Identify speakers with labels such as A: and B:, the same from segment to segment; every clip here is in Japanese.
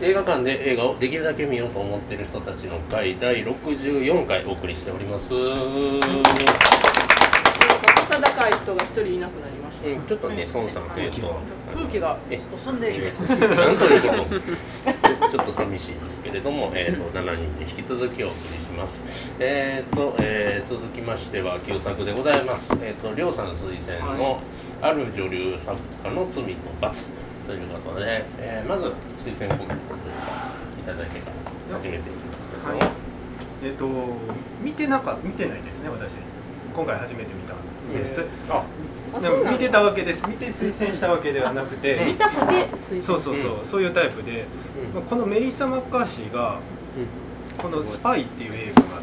A: 映画館で映画をできるだけ見ようと思っている人たちの会第64回お送りしております、うん、
B: なんか高い人が一人いなくなりました。
A: ちょっとね孫さん増えると
B: 空気が
A: え
B: と澄んでいる。
A: なんということちょっと寂しいですけれども、えー、と7人に引き続きお送りしますえっ、と、えー続きましては旧作でございますえっ、と亮さん推薦のある女流作家の罪と罰ということで、えーまず推薦コメントというかいただければ初めていきますけれども、
C: はいえっ、と見てなか見てないですね私今回初めて見たんです、
A: あ
D: あ
C: で
D: そう
C: も
D: なの
C: 見てたわけです見て推薦したわけではなくて、
D: 見たくて推薦
C: そうそうそう、そういうタイプで、まあ、このメリッサ・マッカーシーがこの「スパイ」っていう映画があっ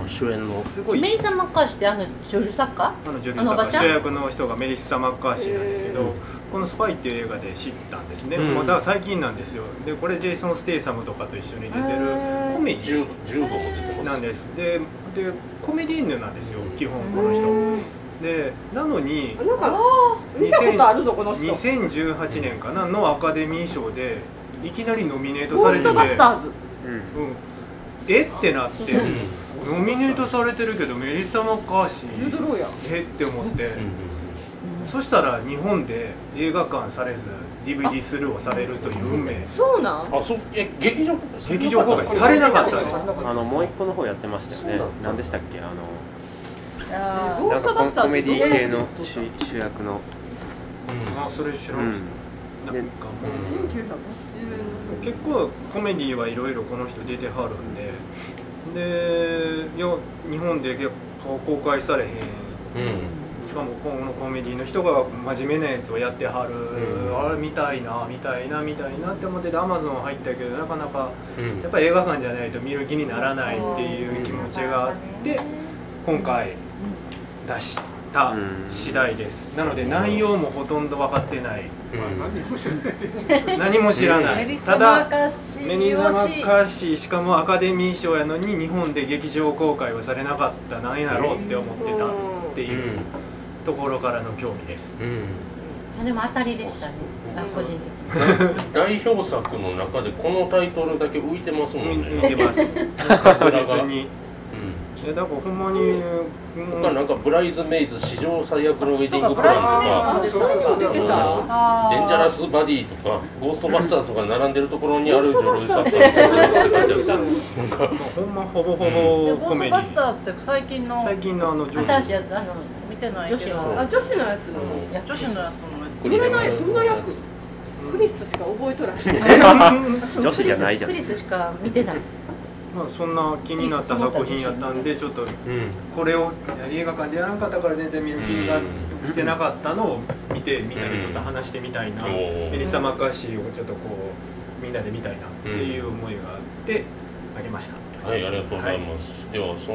A: うん、主演の
C: てすごい
D: メリーさんマッカーシーってあの女優作家
C: あの女優
D: あのお
C: さん
D: ば
C: が
D: ちゃん
C: 主役の人がメリッサ・マッカーシーなんですけど、
A: へー
C: この「スパイ」っていう映画で知ったんですね、
A: うん
C: まあだから最近なんですよでこれジェイソン・ステイサムとかと一緒に出てる
D: へー
C: コメデ
A: 10
C: ィ
A: 15も出てます
C: なんですででコメディーヌなんですよ基本この
D: う
C: 人
D: ん
C: でなのに
B: なんか
C: 2000
B: 見たことあるぞこの人。ゴース
C: 2018年かなのアカデミー賞でいきなりノミネートされてて、
B: トバスタ
C: う
B: ーズ。
A: うん
C: ん、えってなって
D: う
C: ノミネートされてるけどメリッサ・マッカーシ
B: ジュードロ
C: ー
B: ーや。
C: えって思って
A: うん
C: そしたら日本で映画館されず DVD スルーをされるという運命
B: そうなん。
A: あ、そう、え、劇場公開
C: 劇場公開されなかったんです
E: あのもう一個の方やってましたよね
A: そうなんだ
E: 何でしたっけあ
D: あ
B: ゴー
E: のな
B: ス
E: ん
B: ト
E: か
B: バ
E: コ
B: スターズ
E: コメディ系の主主役の
C: あそれ知ら
E: うんん
C: すなんかも
B: 1980
C: う結構コメディはいろいろこの人出てはるんででいや日本で結構公開されへん
A: うん
C: しかもこのコメディの人が真面目なやつをやってはる、
A: うん
C: あれ見たいな見たいな見たいなって思っててアマゾン入ったけどなかなか
A: うん
C: やっぱり映画館じゃないと見る気にならないっていう気持ちがあって今回出した次第です、なので内容もほとんど分かってない何も知らな
A: メ
C: い、
F: リッサ
C: た
F: マー
C: だ
F: カーシ
C: メニーザ・マ
F: ー
C: ッカーシーしかもアカデミー賞やのに日本で劇場公開はされなかったなんやろうって思ってたって
A: うん
C: いうところからの興味です
A: うん
D: ーでも当たりでしたねあ個人的に
A: 代表作の中でこのタイトルだけ浮いてますもんね
C: 見てます確実に
A: うん
C: えだからほんまに、うん
A: 他なんかブライズメイズ史上最悪のウェディングプ
B: ブ
A: ラ
B: ラ
A: ンとか
B: イズメイズもそういうの出てた。
F: あ
A: デンジャラ
F: ス
A: スバディとかゴーストバスターズとか並んでるところにある女優作家のって書いてあるなんか
C: ほんまほぼほぼ
F: ゴ
C: コ
F: ー
C: メ
F: スト
C: デ
F: バスタ
C: ィ
F: ーズって最近の
C: 最近のあの上
D: 新しいやつあの
F: 見てないけど
D: 女
A: 子
B: あ、女子のやつの。
A: あの
D: やつ
F: 女子のやつのやつ
A: クリヘマ
B: どんな役クリスしか覚えとらへん。
E: 女子じゃないじゃん
D: クリスしか見てない
C: まあそんな気になった作品やったんでちょっと
A: うん
C: これを映画館でやらなかったから全然見る気が来てなかったのを見てみんなでちょっと話してみたいな、
A: おー
C: メリッサ・マッカーシーをちょっとこうみんなで見たいなっていう思いがあってあげました、
A: はい、ありがとうございます。では、そんな作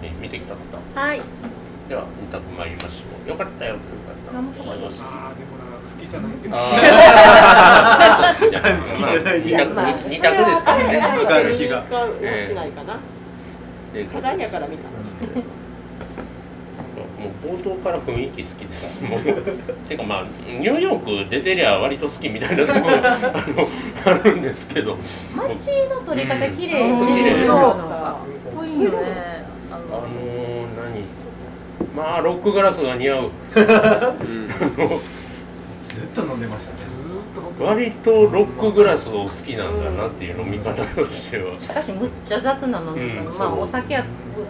A: 品見てきた方、
D: はい
A: では、二択参りましょう。よかったよ、よかった。思います。
G: あーでもな好きじゃないけど
A: あー好きじゃない。
C: 好きじゃない
A: 二択、二択ですか
B: あ
A: ら
B: れ、あ
A: ね。
B: れ、
C: わか
B: 誰
C: る
B: に
C: 気
B: か
C: が
B: はしないかな。ただやから見た。
A: もう冒頭から雰囲気好きです。もう、てか、まあ、ニューヨーク出てりゃ、割と好きみたいなところ、あの、あるんですけど。
D: 街の撮り方綺麗
A: うん
D: ね
A: 綺麗
D: そう
B: か。
F: ごいよねあ
A: あ
F: の
A: のー、何。まあ、ロックガラスが似合う。
E: うん
C: ずっと飲んでましたね
A: 割とロックグラスを好きなんだなっていう飲み方としては。
D: しかしむっちゃ雑なのみたいな
A: うん
D: まあ
A: そう
D: お酒や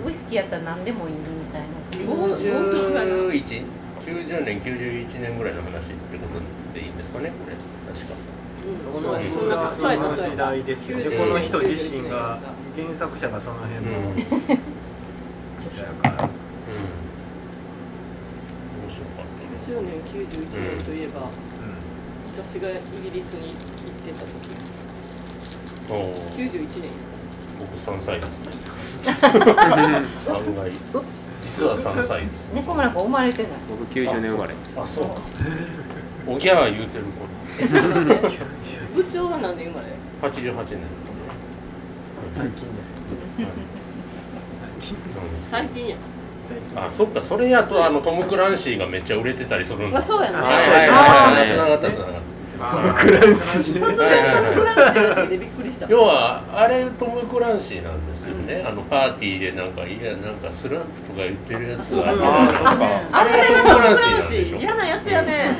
D: ウイスキーやったら何でもいいみたいな
A: 91 90年91年ぐらいの話ってことでいいんですかねこれ確か
C: そのそんな普通の時代ですよでこの人自身が原作者がその辺の
A: うん
C: 人やから
A: うん面白かったです
B: 90年91年といえば私がイギリスに行ってた時
A: おー
B: 91年や
A: 僕3歳ですね案外実は3歳ですね
D: 猫村君生まれてない
E: 僕90年生まれ
A: あそうかおぎゃー言うてる頃
B: った部長は何年生ま
A: 88
B: れ
A: 年
C: 最近です
B: 最近や
A: あそっかそれやとあのトム・クランシーがめっちゃ売れてたりするん
B: ま
A: だ
B: あそうやな、
A: はい
B: ね
A: はいはいはい
E: そうですね
A: 繋がった繋がっ
G: あー
C: クランシー
B: 本当だよトム・クランシーだけでびっくりした
A: 要はあれトム・クランシーなんですよね、あのパーティーでなんかいやなんかスランプとか言ってるやつは
B: あ
A: あ
B: そう
A: なん
E: あ
A: か
B: あれがトム・クラ
A: あれがトムク
B: ンシ
A: ランシーなんでし
B: ー
A: ょ
B: 嫌なやつやね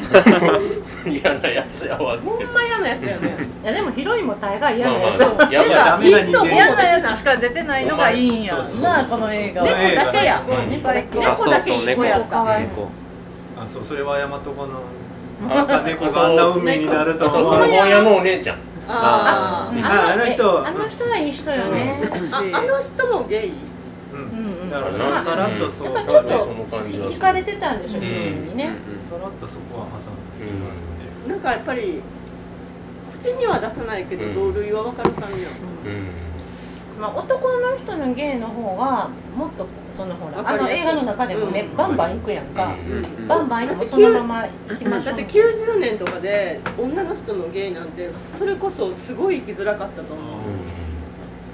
A: 嫌なやつやわって
B: ほんま嫌なやつやね
D: いやでもヒロインも大概嫌なやつ
A: まあまあ
B: 出た
A: や
C: ダ
A: ば
C: メ
A: い
C: な人間
F: 嫌なやつしか出てないのがいいんや
C: そうそうそう
F: なあこの映画
C: そうそう
F: は
C: そう
B: 猫だけや
A: うん
D: 猫だけ
E: あ
B: 猫
E: そう
B: だけ
E: そう
B: いい子やっ
D: 可
B: た
D: 愛い
E: 猫
C: あそうそれは大和語の
A: あ
C: 赤猫があんな運命になる
A: あ
C: と
A: と
C: は思
A: 母
C: わない
A: 親のお姉ちゃん
B: あー
C: ああの人
D: えあの人はいい人よね
F: 美しい
B: ああの人もゲイ
C: う
F: うんん
C: だからなさらっとそう
D: やっぱ
C: さ
D: りちょっ
A: そ
D: と
A: の感じは
D: 惹かれてたんでしょ
A: うん
D: ヒロインにね
C: らっとそこは挟んでき
B: なんかやっぱり口には出さないけど同類は分かる感じやん
A: う
D: うん
A: ん
D: まあ男の人の芸の方がもっとそのほら
B: わ
D: あ
B: かりや
D: の
B: すい
D: 映画の中でもね
B: うん
D: バンバン行くやんか
A: うんうん
E: うん
D: バンバン行ってそのまま行きまし
B: だ
D: ょう
B: って90年とかで女の人のゲイなんてそれこそすごい生きづらかったと思う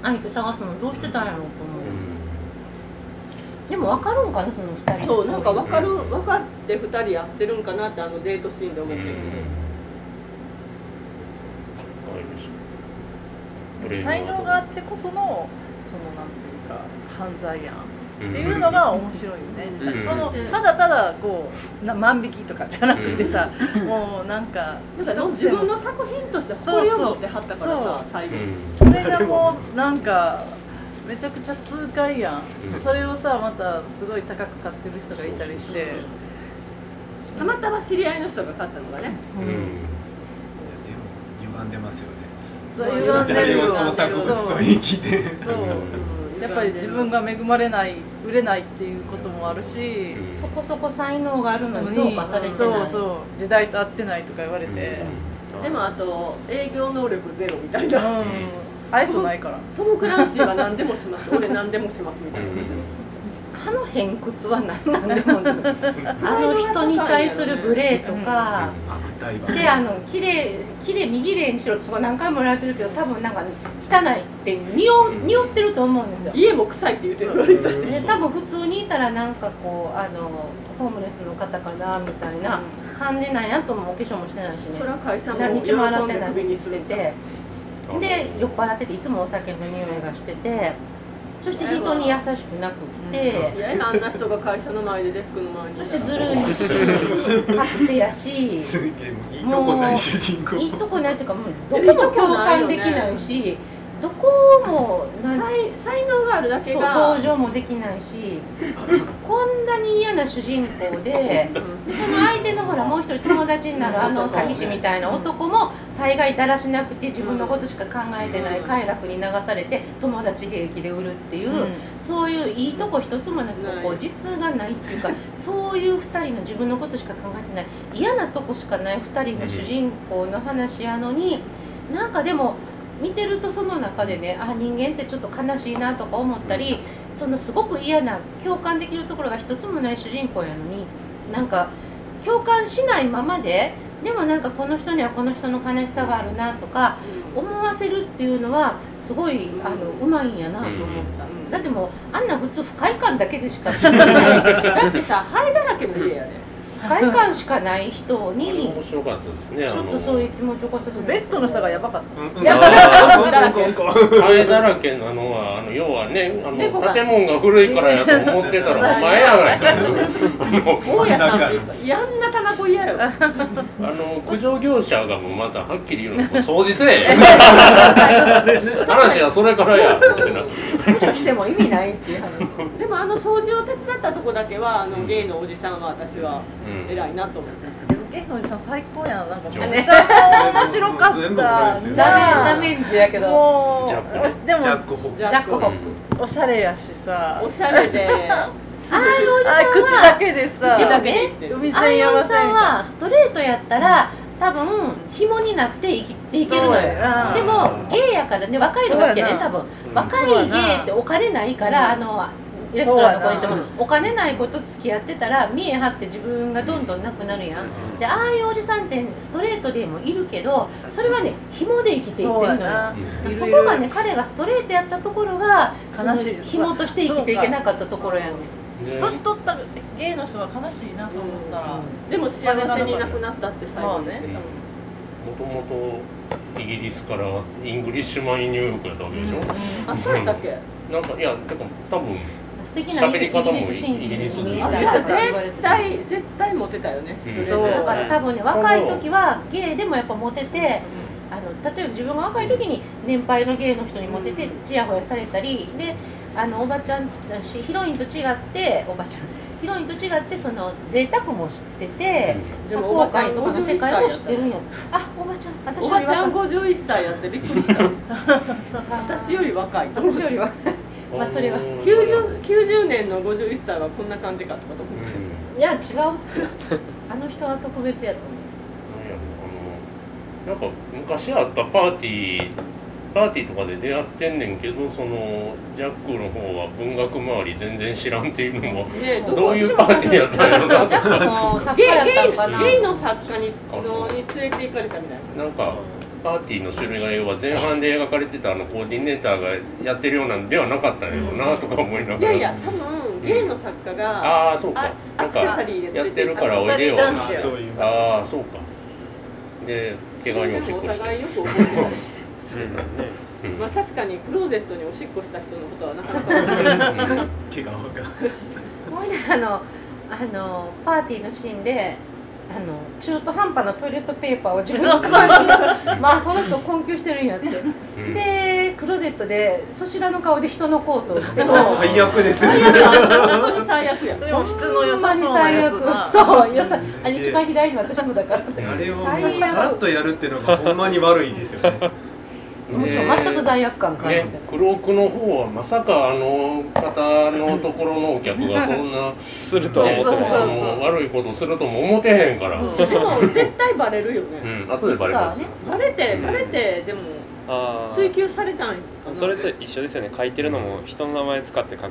D: 相手探すのどうしてたんやろうと思うでも分かるんかなその二人
B: そうなんか分かる分かって2人やってるんかなってあのデートシーンで
A: う
B: 思っ
A: ん
B: てる
F: 才能があってこそのそのなんていうか犯罪やんっていうのが面白いよね。だからその
B: うん
F: ただただこうな万引きとかじゃなくてさ、もうなんか
B: なんか自分の作品として誇りを持ってはったからさ最後
F: それがもうなんかめちゃくちゃ痛快やん
A: うん。
F: それをさまたすごい高く買ってる人がいたりして、
B: たまたま知り合いの人が勝ったのがね
A: うん
C: でも歪んでますよね
F: そ
B: う
F: う
B: ん
F: 歪んで
C: 誰
F: る
C: を
F: よ
C: 創作物と言い切って
F: そうそう。やっぱり自分が恵まれない売れないっていうこともあるし。
D: そこそこ才能があるのに評価されて
F: そう
D: ない
F: そう時代と合ってないとか言われて、
B: でもあと営業能力ゼロみたい
F: うん
B: な
F: 愛想ないから
B: トム・クランシーは何でもします俺何でもしますみたいな
D: 歯の偏屈は何なんでもないあの人に対する無礼とか、
C: 悪態ば
D: であの綺麗綺麗右麗にしろって何回も言われてるけど多分なんか汚いって匂匂ってると思うんですよ。
B: 家も臭いって言ってる割として
D: で多分普通にいたらなんかこうあのホームレスの方かなみたいな感じなんやともお化粧もしてないしね
B: それは会社も
D: 何日も洗っ
B: 喜ん
D: て
B: で
D: ない
B: 首に
D: に
B: す
D: し
B: る
D: て
B: んだ
D: てで酔っ払ってていつもお酒の匂いがしててそして人に優しくなくって
B: いやいやあんな人が会社の前でデスクの前に
D: そしてずるいし勝手 やし。
C: すげえいいとこない主人公
D: いいとこないというかもうどこも共感できないしどこもなん
B: 才才能があるだけ
D: そう
B: が
D: 登場もできないしこんなに嫌な主人
B: う
D: 公で
B: ん
D: でその相手のほらもう一人友達になるあの詐欺師みたいな男も大概だらしなくて自分のことしか考えてない快楽に流されて友達平気で売るっていう、そういういいとこ一つもなく
B: ない
D: こう実がないって いうかそういう2人の自分のことしか考えてない嫌なとこしかない2人の主人公の話やのになんかでも見てるとその中でねあ人間ってちょっと悲しいなとか思ったりそのすごく嫌な共感できるところが一つもない主人公やのになんか共感しないままででもなんかこの人にはこの人の悲しさがあるなとか思わせるっていうのはすごいあのうまいんやなと思った、
B: うん
D: だってもうあんな普通不快感だけでしか不
B: だってさ灰だらけの家やで
D: 快感しかない人に
A: 面白かったですね
D: ちょっとそういう気持ちを起こ
F: そ
D: す
F: うベッドの下がやばかっ
C: うん
D: や
A: ハエだらけなのはあの要はねあの
B: 猫が
A: 建物が古いからやと思ってたらお前やないかと
B: 大家さんってやんな棚子嫌よ
A: あの苦情業者がもうまたはっきり言うの掃除せ え話はそれからやみたいな
D: 補助しても意味ないっていう話
B: でもあの掃除を手伝ったとこだけはあのゲイのおじさんは私は
A: うん
B: 偉いなと思った
F: たゲイのおじさん最高やななんかめっちゃ面白か
C: 全部面白いで
F: っ
C: すよ
F: た
D: ダメダ
F: な
D: メンズやけど
F: も
A: ジャッ
F: うで
C: ジャッ
F: も
C: クホッ
D: ジャックホップ
F: おしゃれやしさ
B: おしゃれで
D: あ
F: あ
D: のおじ
F: 口
D: さん
F: だ
D: は
F: けでさ
B: 口だけでって
F: 海
D: あ
F: 鮮や
D: のお
F: ば
D: じ
F: せ
D: さんはストレートやったら多分紐になって生きていけるのよでもゲイやからね若いのが好きや
F: そ
D: ね
F: うや
D: 多
F: な
D: 分
A: うん
D: 若
F: そう
D: い
F: や
D: ゲ
F: な
D: イってお金ないから、
F: う
D: あのレストランの子にして
F: そう
D: も
F: や
D: お金ない子と付き合ってたら見え張って自分がどんどんなくなるやん、でああいうおじさんってストレートでもいるけどそれはね紐で生きていってる
F: そ
D: の
F: うや
D: よ
F: な
D: そ
F: いるいる
D: こがね彼がストレートやったところが
F: 悲しい
D: その紐として生きていけなかったところやねん
A: で
F: 年取った芸の人は悲しいなそう思ったら
B: でも幸せになくなったって最後ね
A: うんもともとイギリスからイングリッシュマン・インニューヨークやったわけでしょ、
B: あ、そうやったっけ。
A: なんかいやてか多分
D: 素敵なイギリス紳士に見えた
B: あ
D: と
B: 絶
D: か言われてた
B: 対、絶対モテたよね。ストレー
F: そう
B: ト
D: だから多分ね若い時はゲイでもやっぱモテてあの例えば自分が若い時に年配のゲイの人にモテてちやほやされたりであのおばちゃんしヒロインと違っておばちゃんヒロインと違ってその贅沢も知ってて
B: で
D: 社
B: もおばちゃ
D: 交界
B: ん
D: とかの世界も知ってるんやあおばちゃん私
B: お
D: よ
B: ば
D: り
B: ちゃん
D: 若い
B: 51歳やってびっくりした。私より若い。
D: 私より若いまあそれは
A: の
B: 九十九十年の51歳はこんな感じかとかと
A: う
B: 思
A: ん
B: っ
A: な
B: て。
A: ん
D: いや違うってあの人は特別やと思う
A: やろあのなんか昔あったパーティーパーティーとかで出会ってんねんけどそのジャックの方は文学周り全然知らんっていうのも
B: ね、ど
A: ど
B: こ
A: ういうパーティーやったんやろ
D: ジャ
A: な
D: ックの作
B: ゲイ
D: 家やったのかな
B: ゲイゲイの作家にのに連れて行かれたみたいな。
A: なんかパーティーの種類が要は前半で描かれてたあのコーディネーターがやってるようなんではなかったんやろうなとか思いながら
B: いやいや、多分ゲイの作家が、
A: ああそうか
B: あ
A: な
B: ア
A: ん
B: ク
A: か
B: セ
A: や
B: サリーで
A: ってるから
F: アク
A: おい
F: セサリ
A: でよ
F: ー男
C: あ
F: 子
C: そういう
A: ああそうかで
B: そ
A: 手
B: れ
A: 紙
B: で
A: おしっ
B: もお
A: こして
B: 互いよく覚えてない。
E: うん
A: うん
B: まあ確かにクローゼットにおしっこした人のことはなかなかわからない。
C: 毛が分か
D: ほいであのあのパーティーのシーンであの中途半端なトイレットペーパーを自分の口にまあこの人困窮してるんやって
A: うん
D: でクローゼットでそちらの顔で人のコートを着て
C: る
D: も
C: 最悪ですよ
B: 最悪や本当に最悪や。
F: それも質の良さそう
D: ほん
F: な
D: まに
F: やつ
D: 最悪
F: な
D: そうよさあ一番左に私もだからって
C: あれを
D: 最
C: さらっ
D: 悪
C: とやるっていうのがほんまに悪いですよね
D: もちろん全く罪悪感感じて
A: ね、クロークの方はまさかあの方のところのお客がそんな
E: するとは思って
F: そうそう
E: ない
F: そう
A: あの悪いことするとも思ってへんから、う
D: そう
B: でも絶対バレるよね。
A: ん、後でバレます
D: いつかはね
B: バレてバレてでも
E: あ
B: 追
E: ー
B: 求されたんかな。
E: それと一緒ですよね書いてるのも人の名前使って書く、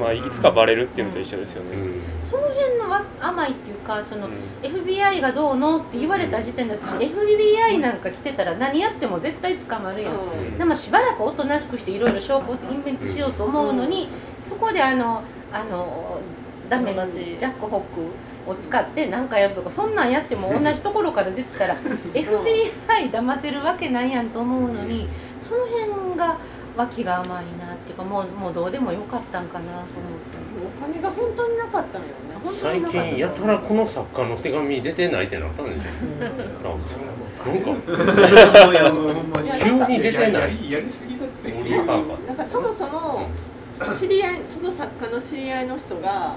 E: まあ、いつかバレるっていうのと一緒ですよ
A: う
E: ね、
A: ん
D: その辺のわ甘いっていうかその、
E: うん
D: FBI がどうのって言われた時点で私 FBI なんか来てたら何やっても絶対捕まるやん
B: うん
D: でもしばらくおとなしくしていろいろ証拠を隠滅しようと思うのに、そこであのあのダメのジャックホックを使って何かやるとかそんなんやっても同じところから出てたら FBI 騙せるわけないやんと思うのにその辺が脇が甘いなっていうかもうもうどうでもよかったんかなと思って
B: お金が本当になかったんよね。本当に
A: 最
B: なかった
A: 近やたらこの作家の手紙出てないってなったんでしょなんか
C: いやもうほんまに
A: 急に出て
G: や
A: ない
G: りやりすぎだって
A: オリーバーが
B: だからそもそも知り合いその作家の知り合いの人が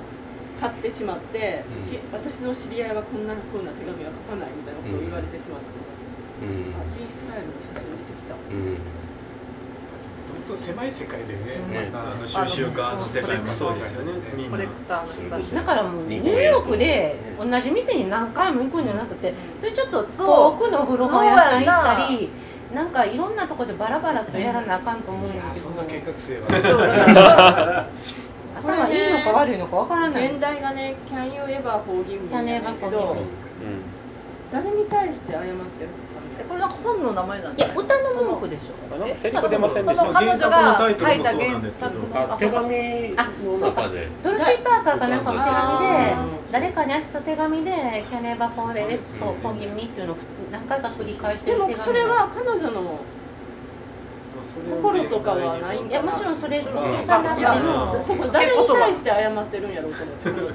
B: 買ってしまって、
A: うん
B: ち私の知り合いはこんな風な手紙は書かないみたいなことを言われてしまったの
A: うん
B: が、キースタイルの写真出てきた
A: うん
G: 本当狭い世界でね
A: ね
G: またあの
C: 収集家の世界もそうですよねみん
F: コ
C: な
F: レクターの人たち
D: だからもうニューヨークで同じ店に何回も行くんじゃなくてそれちょっと遠くの古本屋さん行ったりなんかいろんなとこでバラバラとやらなあかんと思うん
G: い
D: だ
G: や
D: けど
G: そんな計画性
F: そう
G: は
F: だから
D: 頭いいのか悪いのかわからない
B: 年代がね「Can you ever forgive me」な
D: Can you
B: ん
D: ever
B: だけ
D: forgive
B: ど
D: me
B: 誰に対して謝ってるのか
F: えこれなんか本の名前なん
D: い
F: じゃ
D: や
F: ない
D: 歌の文句でしょ
E: うん、なんかセリフ出ませんでし
F: その
E: た
F: 彼女が書いた
C: 原作のタイトルもそうなんですけど
F: 原作の
A: あ手紙の中で
D: ドルシー・パーカーかなんかの手紙
B: あ
D: で誰かに宛てた手紙で「Can you ever forgive forgive me」っていうのを何回か繰り返して
B: で
D: る手
B: も
D: 紙
B: それは彼女の心とかはないん
D: い
B: だ
D: やもちろんそれと重
A: そ
D: なっての
B: そこ誰に対して謝ってるんやろうと思って彼女が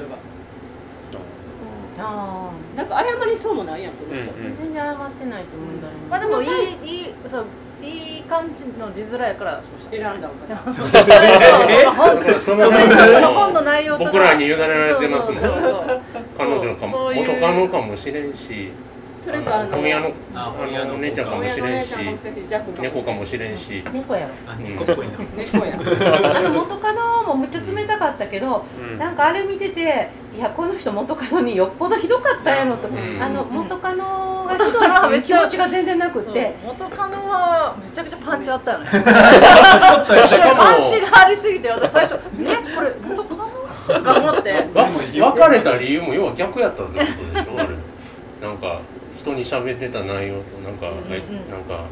D: あ
B: なんか謝りそうもないやんこの人、
E: うんうん
D: ー全然謝ってないと思うんだよね
F: まあでもいいいいそういい感じの字面やからそうした
B: 選んだのかな
F: そうその本
A: そ
F: それ
A: そ
F: その本の内容とか
A: 僕らに委ねられてますもん
F: そうそうそうそう
A: 彼女か
F: そ
A: も
F: ういう
A: 元カノかもしれんし
B: それかあの
A: 小宮の
C: あ
A: あの姉ちゃんかも
B: 親
A: し
B: の
A: れん
B: 姉
A: し
B: ちゃんかもしれんしジャックかもし
A: 猫かもしれ
B: れん
A: んし
D: 猫やろ
C: あ猫っぽいな
B: 猫や
D: あの元カノもむっちゃ冷たかったけど、
E: うん
D: なんかあれ見てていやこの人元カノによっぽどひどかったやろと、
A: うん
D: あの元カノがひどいっていう気持ちが全然なく って
F: 元カノはめちゃくちゃパンチあったよね
A: しかも
F: パンチがありすぎて私最初「えこれ元カノ?」が思って
A: わ別れた理由も要は逆やったってことでしょあれなんか人に喋ってた内容となんか、
B: うんうん
A: なんか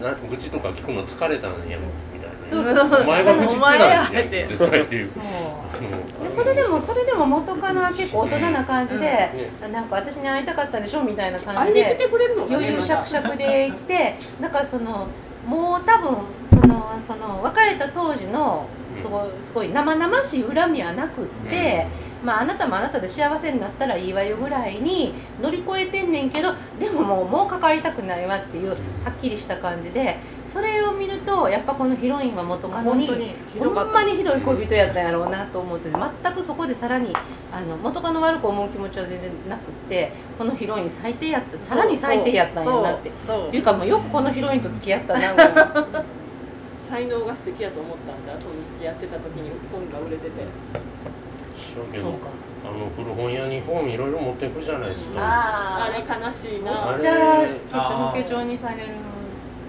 A: ぐな愚痴とか聞くの疲れたんやろみたいな
D: そうそう
A: お前が愚痴ってないね
F: お前やって
A: 絶対っていう
D: そう
A: うん
D: でそれでもそれでも元カノは結構大人な感じで
A: うんね、
D: なんか私に会いたかったでしょみたいな感
B: 会い
D: じ
B: に来
D: で
B: てくれるのか
D: 余裕しゃ
B: ゃ
D: くしゃくで来てなんかそのもう多分そのその別れた当時のすごいすごい生々しい恨みはなくって、まあ、あなたもあなたで幸せになったらいいわよぐらいに乗り越えてんねんけどでももうもう関わりたくないわっていうはっきりした感じでそれを見るとやっぱこのヒロインは元カノ
B: 本
D: に
B: 当にひど
D: ほ
B: かっ
D: ん
B: た
D: まにひどい恋人やったんやろうなと思って全くそこでさらにあの元カノ悪く思う気持ちは全然なくってこのヒロイン最低やったさらに最低やったんやなって
F: そう
D: いうかもうよくこのヒロインと付き合ったな
B: 才能が素敵やと思ったんじゃその付き合ってた時に本が売れてて
A: 知らんけ
D: そう
A: ど
D: か
A: あの古本屋に本いろいろ持っていくじゃないですか
B: あれ
D: あ
B: 悲しい
A: あ
D: あ
B: な
A: れ
D: じゃあケチョケチョにされる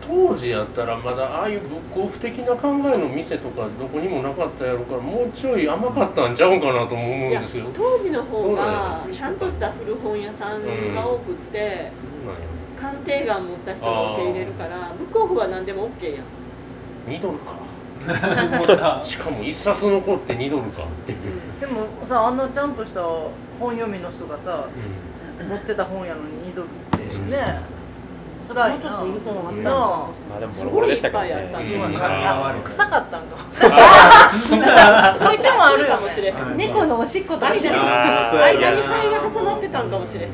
A: 当時やったらまだああいうブックオフ的な考えの店とかどこにもなかったやろからもうちょい甘かったんちゃうんかなとも思うん
B: いや
A: ですよどう
B: 当時の方
A: どうな
B: が
A: んや
B: ちゃんとした古本屋さんが多くって、
A: なんや
B: 鑑定眼持った人が受け入れるからブックオフは何でも OK やん
A: 2ドル か
C: 思った
A: しかも1冊残って2ドルかっていう、
F: でもさあんなちゃんとした本読みの人がさ持ってた本やのに2ドルってねそら
D: も
F: いう
D: ちょっ
F: な
D: といい本あったんじゃん
F: な
E: まあでも
B: す
E: ボロボ
B: ご
E: ロ
B: い
E: で
B: い
E: し
B: った
E: けど
B: ぱいあった
A: うん
E: ね
B: そうやな
A: か
F: あ臭かったんかそ
B: そ
F: っ
B: い
F: ち
B: つ
F: も
B: も
F: あ
B: あ
F: る
B: る
F: よ
B: か
F: ね
B: もしれへん
C: はい
D: 猫のおしっことか知らん
C: あーそうや
B: 間
C: な
B: に灰が挟まってたんかもしれへん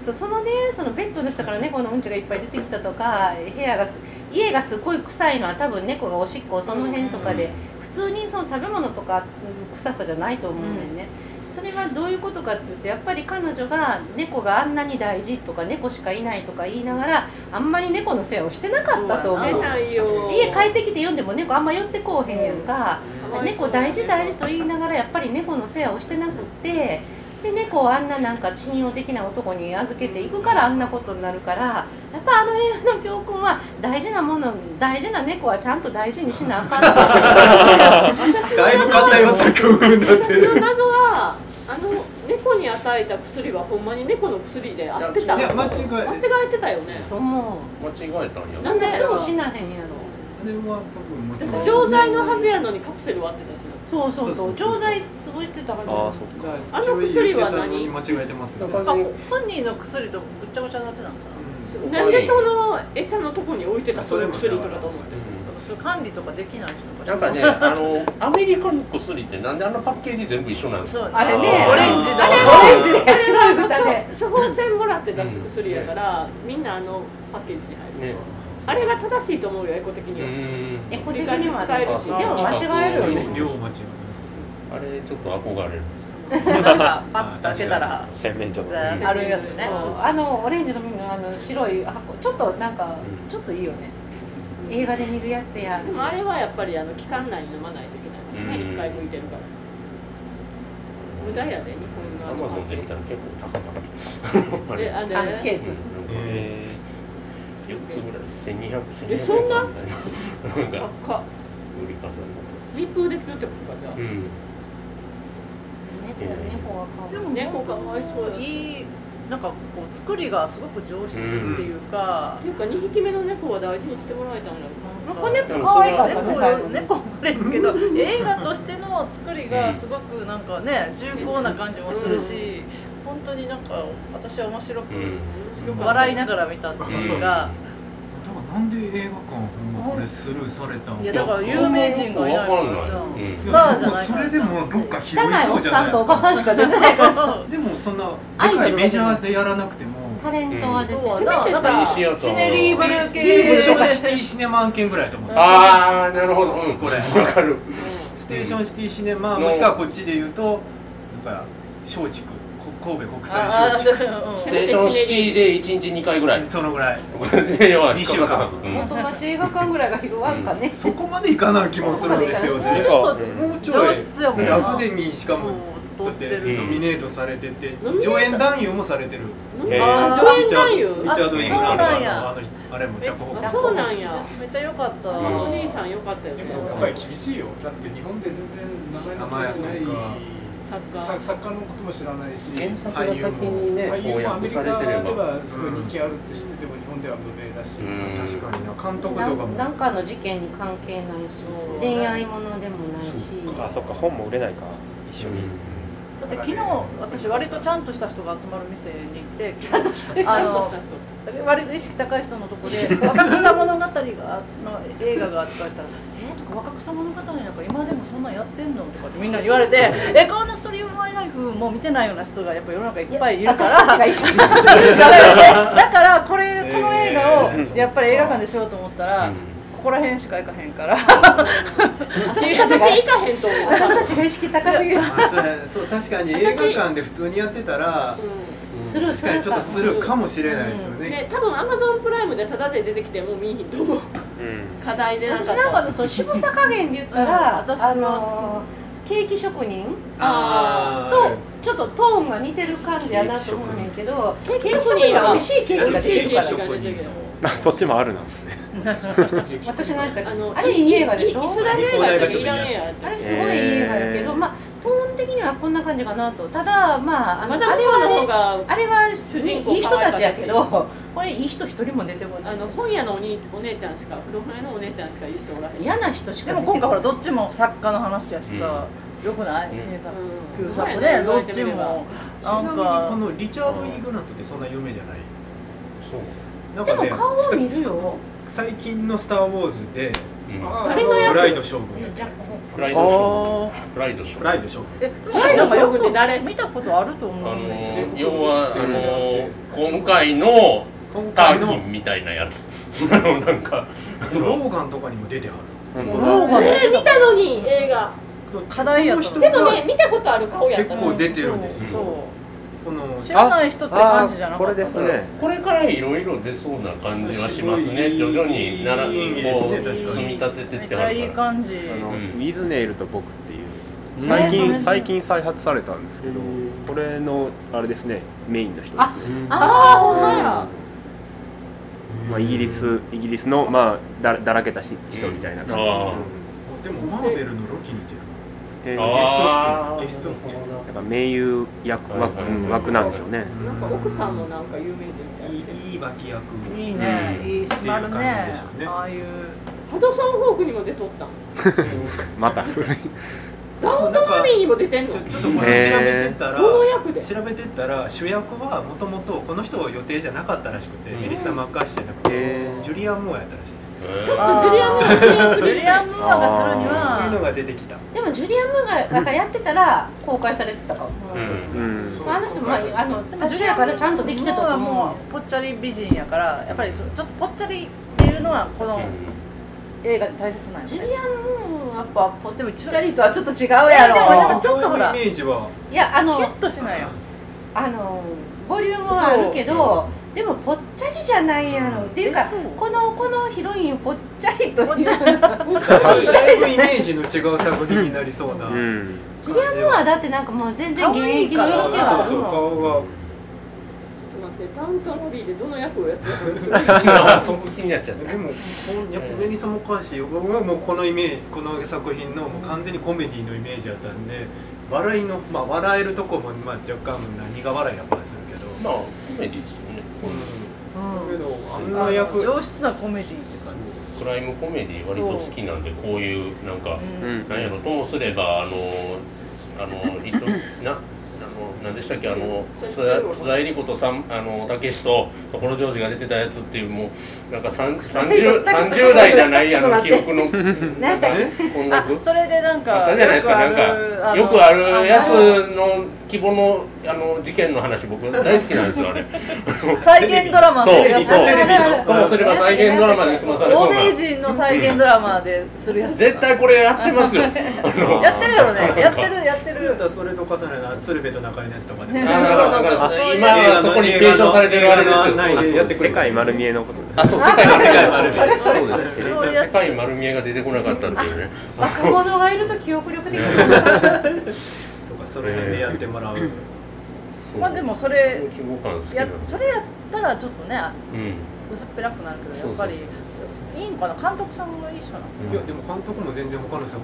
D: そうそのねそのベッドの下から猫のうんちがいっぱい出てきたとか部屋がす家がすごい臭いのは多分猫がおしっこをその辺とかで、普通にその食べ物とかうん臭さじゃないと思うんだよね、それはどういうことかっていうとやっぱり彼女が猫があんなに大事とか猫しかいないとか言いながらあんまり猫の世話をしてなかったと
F: そ
D: 思
B: 出
D: う
F: や
B: ないよ
D: 家帰ってきて読んでも猫あんま寄ってこうへんやんか、
B: うん
D: 猫大事大事と言いながらやっぱり猫の世話をしてなくってで猫をあんななんか信用できない男に預けていくからあんなことになるからやっぱあの映画の教訓は大事なもの大事な猫はちゃんと大事にしなあかんと
C: だいぶ偏った教訓になって
B: 私の
C: る
B: 謎はあの猫に与えた薬はほんまに猫の薬で合ってた
C: いや間違え
B: 間違えてたよね
D: と思
A: 間違えたんや
B: な
D: うそ
B: ん
D: ん
B: で
D: なすぐ死なへんやろ
C: あれは多分もちろん
B: 錠剤のはずやのにカプセル割ってたしな
D: そうそうそう
C: そうそうそう
D: 錠剤潰してたから
E: ああそっか
B: あの薬は何
C: 一応言ってたのに間違えてますね
A: だか
F: なんか本人の薬とぐっちゃぐちゃになってたんかな
A: うん
B: なんでその餌のとこに置いてたその薬とかと思って
F: それ管理とかできない人とか
A: なんかね、あのアメリカの薬ってなんであのパッケージ全部一緒なんです
F: そ
A: か
F: う
D: あれね
F: オレンジ
D: あ
F: だ
D: れ
A: は
D: オレンジで白い豚 で
B: 処方箋もらって出す薬やからみんなあのパッケージに入る
A: ね
B: あれが正しいと思うよエコ的
A: う
B: には、
A: ん
D: エコ的にはねでも間違えるよね
C: 量間違
A: あれちょっと憧れる
F: なん かパッと開けたら
E: 洗面所と
F: じ
E: か
F: ゃああるやつね
D: そうあのオレンジの耳のあの白い箱ちょっとなんか
A: うん
D: ちょっといいよね映画で見るやつや
B: でもあれはやっぱりあの期間内に飲まないといけないから
A: うん
B: ね一回向いてるから無駄やで日
A: ア
B: 本の
A: マゾンで見たら結構高かったあ
B: で
A: れ
B: あれ
D: あのケース
E: え
A: 4つぐらい1200
B: えそんな
A: 1200円みたいななん
B: あ
A: か
B: か
A: 売り方の
B: 密封できるってことかじゃあ、
A: うん
D: 猫猫が可愛い
F: でも猫かわいそういいなんかこう作りがすごく上質っていうか
B: っていうか2匹目の猫は大事にしてもらえたんやろ
D: まあ子猫可愛かったね
F: 猫
D: 最後
F: よ
D: ね
F: 猫生まれるけど映画としての作りがすごくなんかね重厚な感じもするし本当になんか私は面白く
A: うん
F: 笑いながら見たってい
C: だ
F: うか
C: からなんで映画館ほんまこれスルーされたん
F: いやだから有名人がいない
A: わかんないうん
F: スターじゃない
C: そ れでもどっか拾い
D: 汚いお
C: そ
D: っ
C: うじゃないで
D: さんと
C: す
D: おばさん
C: か
D: しか出てないから
C: でもそんな
D: アイ
C: でか
D: ドルが出
C: い
D: てる
C: メジャーでやらなくても
D: タレントが出て
F: そう
D: る
F: やななんか
A: ミニシアター
F: シネリーブルー
D: 全部
F: 系
D: 紹介
C: シティシネマ案件ぐらいだと思うんですよ
A: ああなるほどうん
C: これ
A: わかる
C: ステーションシティシネマもしくはこっちで言うとなんか松竹こ神戸国際
F: あ
C: 松
F: ー
A: ス
F: そ
A: テーションシティで一日二回ぐらい
C: 竹そのぐらい
A: 2
C: 週間
D: 元町映画館ぐらいが拾わんかね
C: そこまでいかない気もするんですよ
F: うもう
C: ね
F: ちょっと
E: うん
C: もうちょい
F: 上質やもん
C: だ
F: な
C: ってアカデミーしかも
F: そう
C: だっ
F: 通って
C: て
F: る
C: ノミネートされてて
B: ノミネート
C: 上演男優もされてる
B: うん
E: えー
B: あ上演
F: 上
B: 男優
C: リチャード・イングランド
F: あそうなんや
C: のあのあれも着北
B: あそうなんや
F: めっちゃ良かった
B: あのお兄さんよかったよね
G: でもやっぱり厳しいよだって日本で全然名
C: 名前
G: 前が
C: は
G: つ
C: そ
G: いうて
C: か
G: ない
B: 作家
G: 作作家のことも知らないし
A: 原作が先にね
G: 俳優
A: 翻
G: もアメ
A: 訳
G: リ
A: さ
G: カ
A: れてれ
G: で
A: ば
G: はすごい人気あるって知ってても日本では無名だし、
A: うん
C: 確かにな監督とか
D: な
C: も
D: んなんかの事件に関係ないし
G: そう
D: 恋愛ものでもないし
E: あそっか本も売れないか一緒に、
F: だって昨日私割とちゃんとした人が集まる店に行 ってあ
D: あ
F: の
D: の
F: 割と意識高い人のとこで「若草物語が」の映画があって言われたら「えー、とか「若草物語」なんか今でもそんなんやってんの?」とかってみんなに言われて「えこんなストリームマイライフもう見てないような人がやっぱ世の中いっぱいいるから」
D: 私たちが一緒に
F: だからだからこれこの映画を
G: えー
F: やっぱり映画館でしようと思ったら、
A: うん
F: ここら辺しか行かへんから。
B: 私行かへんと思う
D: 私たちが意識高すぎる
C: あそれそう確かに映画館で普通にやってたら
D: スルー
C: 確
D: す
C: か
D: る
C: にちょっとスルーかもしれないですよ
B: うん
C: ね、
B: で多分アマゾンプライムでタダで出てきてもう見えへんと思う
E: うん
B: 課題でなん
D: 私
B: か
D: なんかのそう渋さ加減で言ったら、
F: うん私も
D: あのケーキ職人
C: あ
D: とちょっとトーンが似てる感じやなと思うねんけどケーキ
B: キ職
D: 職
B: 人
D: 人
B: は
D: は美味しいケーキができるから
B: ケーキ職
E: あそっちもあるな
D: 私のやつ
B: あの
D: あれいい映画でしょ
B: イスラム映画とイラン映画
D: あれすごいいい映画やけど、
E: へー
D: まあトーン的にはこんな感じかなとただまああ
B: マ
D: のあ
B: ダム
D: れ
B: コの方
D: は
B: が
D: あれは
B: 主
D: い
B: 人公
D: い人たちやけ
B: 可愛
D: どこれいい人一人も出てこな
B: あ
D: い
B: の本屋のお兄お姉ちゃんしか古本屋のお姉ちゃんしかいい人おらへん
D: 嫌な人し
F: でも
D: か出てこ
F: 今回
D: ない
F: ほらどっちも作家の話やしさ、よくない
E: うん
F: 新作
B: うん
F: 旧作ねどっちも
C: ち
F: な
C: なんみに
F: か
C: このリチャード・イーグラントってそんな有名じゃない
E: そう
C: なん
D: で
C: か
D: も
C: ね
D: 顔は見るよ
C: 最近の「スター・ウォーズ」で
A: うん
D: 誰がや
C: ブ
D: る
C: ライド将軍やっ
D: じ
C: た
D: ゃあ
A: プライドショー
E: あ
A: プライドショー
C: ブライド将軍
F: えでも
B: ライド将軍って誰
F: 見たことあると思
A: あ
F: う
A: の
F: ね
A: ー要はあのー今回の
C: 今
A: タ
C: 回
A: ーキ
C: の
A: ンみたいなやつあのなんかあ
C: ロ
A: の
C: ーガンとかにも出てはる
E: 本
F: ロ
E: 当
F: ーガ
E: だ
F: ン
B: えー見たのに映画
F: 課題やった
C: この人
B: で
C: が
B: もね見たことある顔やった
C: 結構出てるんですよ
F: そ
C: この
F: う知らない人って感じじゃなかった
E: これですね
A: これからいろいろ出そうな感じはしますね
C: すご
A: 徐
C: い
A: 々にならこ
C: いい演技ですね
A: う
C: 確か
A: 積
C: に
A: み立てて
F: め
A: っ
F: ってち
A: は
F: ゃ
A: る
F: いい
A: から
F: 感じ
E: あの、
A: うん
E: ウィズネイルと僕っていう
C: うん
E: 最
F: ねそれ
E: 近
F: それ
E: 最近再発されたんですけ
C: へ
E: ど
C: ー
E: これのあれですねメインの人ですね
D: あーほん
E: ま
D: まや
E: あ、イギリスイギリスの、まあ、だだらけたし人みたいな感じ、
A: あ
C: でもマーベルのロキに出る
E: へー
A: ああ
C: ゲスト出演ゲスト
E: やっぱ名優役枠,、
A: はいはいはい
E: 枠なんでしょうね、
C: 出
B: な
C: 演
B: んか奥さんもなんか有名人みたいない
C: いいい脇役
F: いいね、
A: うん
F: いい締まる
C: っていう感じ
F: ね
C: でしょうね
F: ああいう
B: ハドソン・ホークにも出とったん
E: また古い
B: ダウンタウンアビーにも出てんの
C: ちょ
B: ど
C: ちょっとこれ調べてったら
B: の役で
C: 調べてったら主役はもともとこの人は予定じゃなかったらしくて
A: うん
C: メリッサ・マッカーシーじゃなくて
E: へー
C: ジュリアン・モアやったらしいですっ
A: ちょっと
F: あー
B: ジュリアンモアが出演す
F: ジュ
B: る
F: リアン・ムーアがする
C: て
F: に
C: いうの
F: は
C: が出てきた
D: でもジュリアムーがやってたら公開されてたかも、
E: う
A: うん
E: ん
G: そう
D: まあ、あの人もあの
F: でも
D: 足やからちゃんとできてたと
F: ムーアは
D: 思
F: もうぽっちゃり美人やからやっぱりそうちょっとぽっちゃりっていうのはこの映画で大切なん
D: う
F: よ
D: ジュ
F: ね
D: リアン・ムーやっぱぽっ
F: でもちょ
D: ちゃりとはちょっと違うやろ
F: でもなんかちょっと
C: こういう
F: ほ
C: イ
F: ら
C: メージはい
D: やあの
F: キュッとしないよ
D: あのボリュームはあるけどでもぽっちゃりじゃないやろっていう
F: え
D: か
F: そう
D: このこのヒロインぽっちゃりと
F: ぽっ
D: い
F: ちゃり
D: う
C: だいぶイメージの違う作品になりそうな
E: うん
D: ジュリアムーアだってなんかもう全然現役の色気
C: あ
D: は
C: そうそう
D: もう
C: 顔が
B: ちょっと待ってダウンタウンアビーでどの役をやって る
A: あーそこ気になっちゃった
C: でもこうやっぱメリッサ・マッカーシーはもうこのイメージこの作品のもう完全にコメディのイメージだったんで笑いのまあ笑えるとこもまあ若干何が笑いやったりするけど、
A: まあコメディですよね
C: だけどあん
F: あ
C: な
F: の
C: 役
F: 上質なコメディって感じ
A: クライムコメディ割と好きなんでこういうなんか
E: う
F: うん
E: ん
A: なんやろともすればあのあのいとなあの何でしたっけあの須田須田恵理子とさんあのたけしと所ジョージが出てたやつっていうもうなんかさん30 30代じゃないあの記憶の
D: 何やったっけ
A: 音
F: あ
A: 楽
F: それでなん
A: あっ
F: か
A: たじゃないですかなんかよくあるやつの規模のあの事件の話僕大好きなんですよあれ。
F: 再現ドラマっていうやつ
A: そう
D: テレビの
A: ともすれば再現ドラマで済まされそ
F: 欧
A: うな
F: 米人の再現ドラマでするやつ
A: 絶対これやってますよ。
F: やってるやろねやってるやって
C: それだっ
F: る
C: たらそれと重ねたら鶴瓶と中井のやつとかでも
F: ね
A: あだからだから
F: そうそうそう
A: 今はそこに継承されてるあれですよ
C: 映画の案内でやってくれ
E: 世界丸見えのことですね
A: あ、そう、世界
C: 世
A: 丸
C: 界丸
A: 見
C: 見
A: え。
C: え
A: そです
C: そうれそれ
F: それそういうやつ
A: 世界丸見えが出てこなかったっていうね。
D: 若者がいると記憶力的に
C: そうかその辺でやってもらう、
A: そう
F: まあでもそれ
A: 規模感好き
F: や
A: なんです
F: それやったらちょっとね
A: うん。
F: 薄っぺらくなるけどやっぱりいいんかな監督さんがいい人なの
C: いやでも監督も全然他の作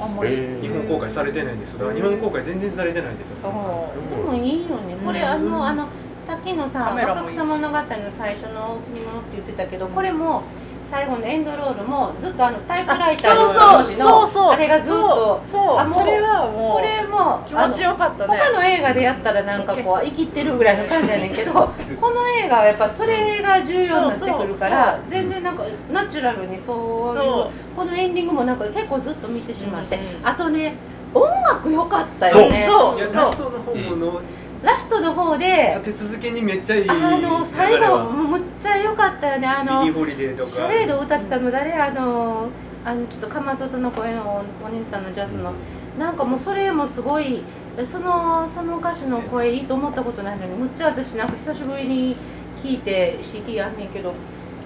F: あんまり、
A: え
C: 品
A: ー
C: 日本公開されてないんですよだから日本公開全然されてないんですよ
F: あー
D: でもいいよね。これあ
F: うん
D: のあのさっきのさ
F: カメラ
D: 若
F: もいいし
D: 草物語の最初の贈り物って言ってたけど、これも最後のエンドロールもずっとあのタイプライターの
F: そうそうそう
D: 文字
F: そう
D: のあれがずっと。
F: そうそ
D: あ
F: う
D: もう
F: それはも
D: こ
F: う
D: れも
F: 気
D: あ
F: 持
D: の
F: ちよかったね
D: 他の映画でやったらなんかこう生きてるぐらいの感じやねん けどこの映画はやっぱそれが重要になってくるから全然なんかナチュラルにそういう
F: そう
D: このエンディングもなんか結構ずっと見てしまって、
F: う
D: あとね音楽良かったよね
F: そう
C: いやラ
F: そう
C: ストの方もの
D: ラストの方で
C: 立て続けにめっちゃいい
D: あの最
C: 流れ
D: 後
C: は
D: むっちゃ良かったよねあ
C: ビリ
D: の
C: ー・ホリデーとか
D: シャレード歌ってたの誰あのあのちょっとかまととの声のおお姉さんのジャズのなんかもうそれもすごいそのその歌手の声いいと思ったことないのにむっちゃ私なんか久しぶりに聞いて CD あんねんけど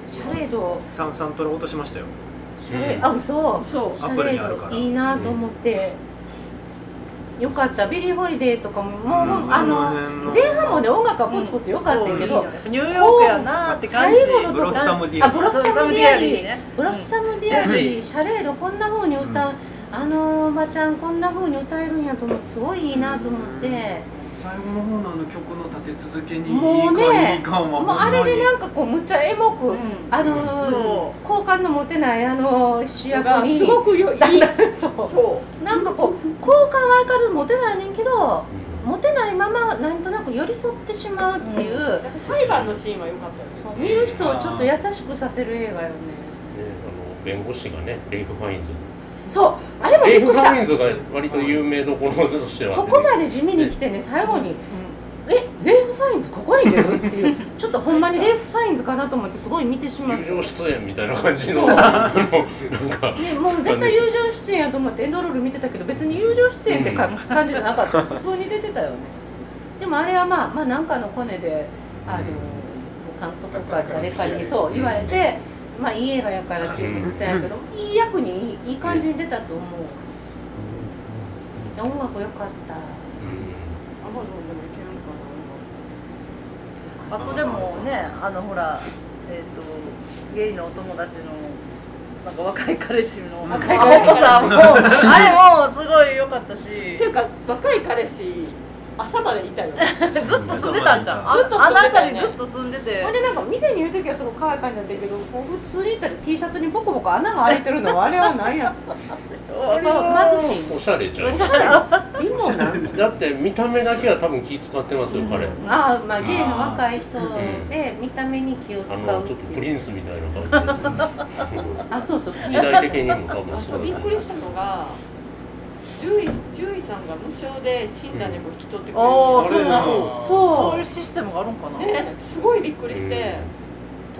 D: シャレード
C: サンサントラ落としましたよ
D: シャレー
A: うん
D: ドあ嘘
F: そう
D: シ
C: ア
D: ャ
C: ップル
D: レ
C: にあるか
D: ー
C: ら
D: ドいいなと思って、よかったビリー・ホリデーとかももう、
C: うん
D: あの前半もね音楽はポツポツ良かったけど、
F: そういいよやっぱニューヨークやなーって感じ
D: 最後の
C: ブロッサムディアリー
D: あブロッサムディアリー
F: ね
D: ブロッサムディアリー、シャレードこんな風に歌う、あのおばちゃんこんな風に歌えるんやと思ってすごいいいなと思って、
C: 最後の方のあの曲の立て続けに
D: もうね
C: いい感は
D: もうあれでなんかこうむっちゃエモく、
F: うん
D: あの
F: そ
D: 好感の持てないあの主役
F: が
D: に
F: すごくよいい
D: だんだんそう
F: そ
D: なんかこう好感は相変わらず持てないねんけど持てないままなんとなく寄り添ってしまうっていう、
F: う
B: 裁判のシーンは良かったです
D: そう見る人をちょっと優しくさせる映画
A: ねあ
D: よね
A: の弁護士がねレイフ・ファインズ
D: そうあれも
A: レ
D: び
A: イ
D: っく
A: フ・フ
D: りした
A: ァインズが割と有名どころとしては
D: ここまで地味に来てね最後に
F: う、
D: 「えレイフ・ファインズここに出る?」っていうちょっとほんまにレイフ・ファインズかなと思ってすごい見てしまっ
A: 友
D: て
A: 情出演みたいな感じ
D: そ
A: の
D: う
A: あのなんか
D: ねもう絶対友情出演やと思ってエンドロール見てたけど別に友情出演ってか
A: うん
D: 感じじゃなかった普通に出てたよねでもあれはまあまあなんかのコネであの監督か誰かにそう言われてまあいい映画やからっていうことやけどいい役にいいいい感じに出たと思ういや音楽良かった
A: う
B: アマゾンでもいけるのかな
F: あとでもねあのほらえっ、とゲイのお友達のなんか若い彼氏の
D: 若
F: 赤
D: い
F: い
D: 彼氏
F: 子さんもあれもすごい良かったし
B: っていうか若い彼氏朝までいたよ
F: ずっと住んでたんじゃんあ
B: ずっと
F: あ
B: 住んでたよね
F: なたにずっと住んでて
D: ほんでなんか店にいる時はすごい可愛い感じだったけどこう普通に行ったら T シャツにボコボコ穴が開いてるのはあれは何
F: あ
D: や
F: れ
D: やっぱ貧しい
A: んおしゃれじゃん
F: おしゃ
D: 貧乏な
A: だって見た目だけは多分気使ってますよ彼
D: ああまあゲイの若い人で見た目に気を
A: あ
D: 使
A: の
D: う
A: ちょ
D: っ
A: っと
D: て
A: プ
D: い
A: リ
D: う
A: ンスみたいな感じで
D: あそうそう
A: 時代的にも多分
B: あ
A: そ
B: と
A: う
B: びっ
A: だ
B: くりしたのが獣医獣医さんが無償で死んだ猫引き取ってくれる
F: うんあー
B: そう
F: そうな
C: の
F: そ
D: そう
F: いう
D: う
F: システムがあるんかな、
B: ねすごいびっくりして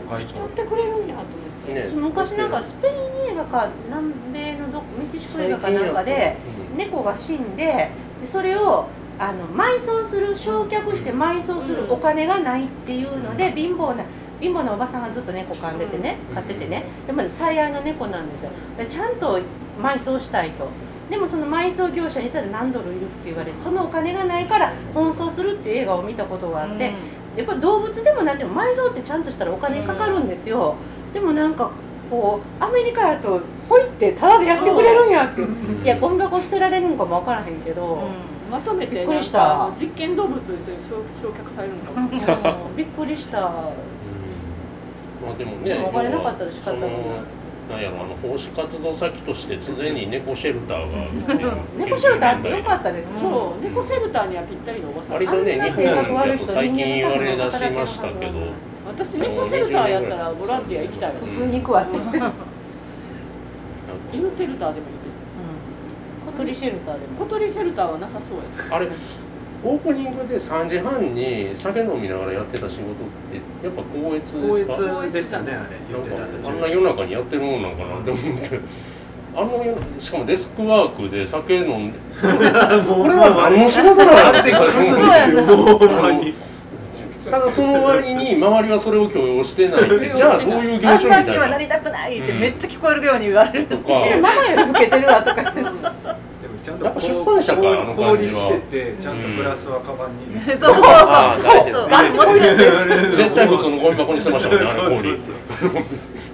C: 都会
B: 引き
C: と
B: 取ってくれるんやと思って、
A: ね
D: 昔なんかスペイン映画か南米のどメキシコ映画かなんかで猫が死んででそれをあの埋葬する焼却して埋葬するお金がないっていうので貧乏な貧乏なおばさんがずっと猫噛んでてね飼っててねでも最愛の猫なんですよでちゃんと埋葬したいとでもその埋葬業者にいたら何ドルいるって言われてそのお金がないから奔走するっていう映画を見たことがあって、やっぱり動物でも何でも埋葬ってちゃんとしたらお金かかるんですよ、でもなんかこうアメリカだとほいってタダでやってくれるんやっていう
A: うん
D: いやゴミ箱捨てられるんかも分からへんけど、
F: うんうん
B: まとめて
D: びっ
B: なん
D: く
B: か
D: りした
B: あの実験動物と一緒に焼焼却されるのかも
D: あのびっくりした
A: まあでもね
D: でもお金なかったら仕方ない
A: そのなんやろあの奉仕活動先として常に猫シェルターがあるっていう
D: 猫シェルターあってよかったです、
F: うん
B: そう猫シェルターにはぴったりのおばさん
A: 割とね
D: あんな
A: 日
D: 性
A: 本
D: 格悪い
A: だ
D: 人
A: と最近
D: 人
A: 言
D: 間
A: わ
D: のため
A: れ
D: に
A: だ
D: 働け
A: し
D: る
A: ま
D: はず
A: し
D: な
A: た
D: の
A: け
D: に
A: ど
B: 私猫シェルターやったらボランティア行きたいわ
D: 普通に行くわって、うん
B: 犬シェルターでもいいけ
D: 小鳥シェルターで
B: ど
D: も
B: 小鳥シェルターはなさそうや
A: あれオープニングで3時半に酒飲みながらやってた仕事ってやっぱ光
C: 高
A: 悦ですか
C: 越でしたねあ
A: な
C: れ言
A: ん
C: って
A: か
C: た
A: あんな夜中にやってるもんなんかなって思って。あの夜しかもデスクワークで酒飲んでこ
C: こ
A: れは何の仕事な の
C: 完全にクズですよもうほんまに
A: ただその割に周りはそれを許容してないってじゃあどういう
F: あ
A: 業
F: ん
A: 種み
F: な
A: た
F: にはいな
A: な
F: りたくないってめっちゃ聞こえるように言われる、
A: と
D: うちで
A: か
D: ママより老けてるわとか言う
C: でもちゃん
A: やっぱ出版社かあの感じは
C: 氷捨ててちゃんとグラスはカバンに
F: そうそうそう
A: あー大
F: そ
A: 丈
F: う
A: 夫
F: ガッ持ち出して
A: 絶対普通のゴミ箱にしてましたもんねあれ氷
C: そう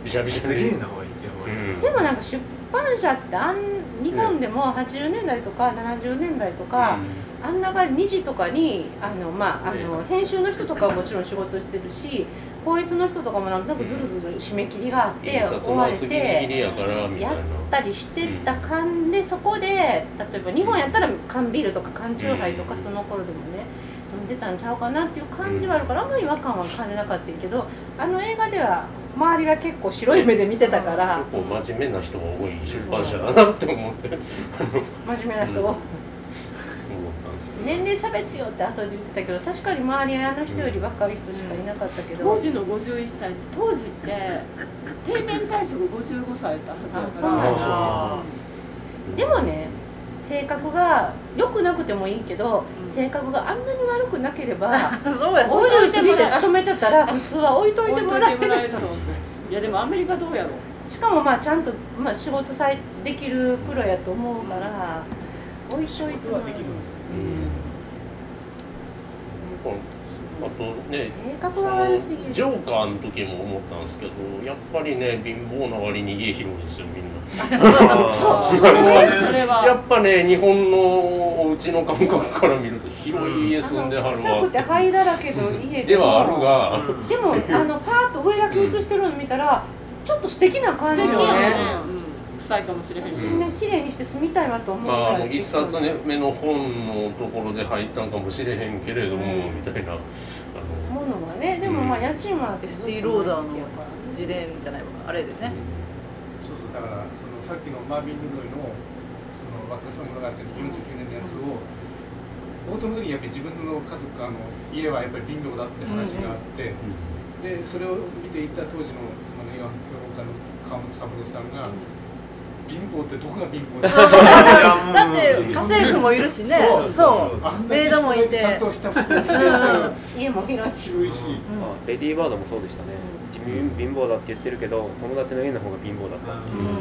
A: びしゃびしゃ
C: す
A: で
C: げえなおいって思
A: う
C: い
A: ん
D: でもなんか出版社ってあん日本でも80年代とか70年代とか、あんなが2時とかにあの、まあ、あの編集の人とかはもちろん仕事してるし校閲の人とかもなんとなくずるずる締め切りがあっ
A: うん、
D: て
A: 印刷
D: 追
A: も
D: われ
A: すぎ
D: て
A: りぎりやからみたいな
D: やったりしてた感でそこで例えば日本やったら缶ビールとか缶チューハイと
A: う
D: か
A: ん
D: その頃でもね飲んでたんちゃうかなっていう感じはあるからあんまり違和感は感じなかったけどあの映画では周りが結構白い目で見てたから
A: 結構真面目な人が多い出版社だなって思って思っ
D: 真面目な人を。
A: たんですけど
D: 年齢差別よって後で言ってたけど確かに周りあの人より若い人しかいなかったけど、
B: 当時の51歳って当時って定年退職55歳だったはずだから
D: あ
C: そうなん
D: でもね性格が良くなくてもいいけど、
B: うん
D: 性格があんなに悪くなければ
F: そうや
D: 50過ぎて勤めてたら普通は置いといてもらえ
B: 置いといてもら
D: る
B: えるのいやでもアメリカどうやろう
D: しかもまあちゃんと、まあ、仕事さえできるプロやと思うから、置いといてもらえる
A: うんなんかあとね
D: 性格が悪すぎ
A: ジ
D: る
A: ョーカーの時も思ったんですけどやっぱりね貧乏な割に家広いんですよみんな
D: そう
B: それ
A: や
B: は
A: っぱね日本のお家の感覚から見ると広い家住んではる
D: 臭くて
A: わ
D: 灰だらけの家
A: で
D: でも
A: はあるが
C: うん
D: でもあのパーッと上だけ映してるの見たらちょっと素敵な感じよ
B: 素敵や
D: ね
B: ね臭いかもしれへんけど
D: 私ね綺麗にして住みたいわと思うぐ
A: まあ
D: ら
A: も
D: いう素
A: 一
D: 敵
A: 冊目の本のところで入ったんかもしれへんけれども、みたいなあの、
D: ものはねでもまあ家賃はずっと
F: シティローダーの
D: 毎月やからね
F: 自伝じゃないわあれでね
G: そうそうだからそのさっきのマービン・ルロイのその若さ物語49年のやつを冒頭の時にやっぱり自分の家族あの家はやっぱり貧乏だって話があって、でそれを見ていた当時のあの映画評論家の川本三郎さんが貧乏ってどこが貧乏だ
F: だって家政婦もいるしねそうメイドもいて
G: ちゃんとした服を着て
D: 家も広いし
G: 渋いし、
E: あレディーバードもそうでしたね自分貧乏だって言ってるけど友達の家の方が貧乏だった
C: うん
D: うんうん
B: アメ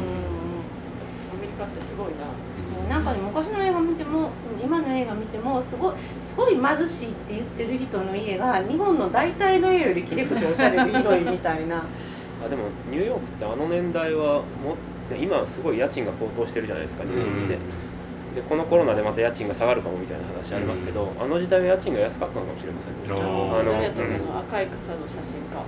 B: リカってすごいな
D: うんなんかね昔の映画見ても今の映画見てもすごいすごい貧しいって言ってる人の家が日本の大体の家よりきれくておしゃれで広いみた いな
E: あでもニューヨークってあの年代はも今すごい家賃が高騰してるじゃないですかニューヨークって、でこのコロナでまた家賃が下がるかもみたいな話ありますけど、あの時代は家賃が安かったのかもしれませんね、
A: あー
E: あの
B: 誰やったか
E: うん
B: な赤い傘の写真か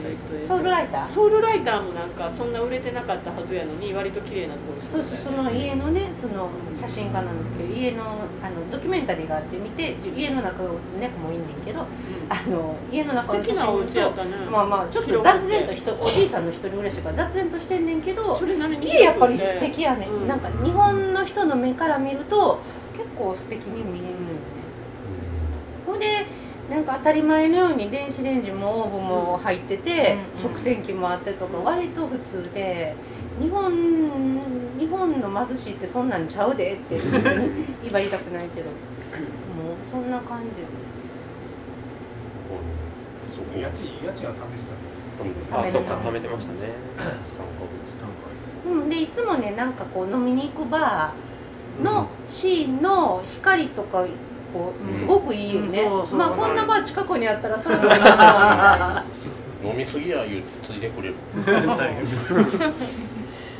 B: えーと
D: ソウルライター
B: ソウルライターもなんかそんな売れてなかったはずやのに割と綺麗なところ
D: そうそうその家のねその写真家なんですけど家のあのドキュメンタリーがあって見てじ家の中が猫もいんねんけどあの家の中
B: 素
D: の写
B: 敵なお
D: 真
B: 家やっ
D: と
B: たね
D: まあまあちょっと雑然とひとおじいさんの一人暮らしが雑然としてんねんけど
B: それなりに
D: 家やっぱり素敵やね、
B: うん
D: なんか日本の人の目から見ると結構素敵に見えるのよほんでなんか当たり前のように電子レンジもオーブンも入ってて、
F: うん
D: 食洗機もあってとか割と普通で日本日本の貧しいってそんなんちゃうでって 別に言ば言いたくないけどもうそんな感じ
A: そこ
G: 家賃家賃は貯めてたんですよ
A: あ
E: あ
D: 貯め
E: そ
D: るの
E: うか貯めてましたね
C: 参加です
D: うん、でいつもねなんかこう飲みに行くバーのシーンの光とかこうすごくいいよね、
F: うんうんそうそう
D: まあこんなバー近くにあったらそれもいいかなみたい な
A: 飲みすぎや言うてついてくれる
C: 最後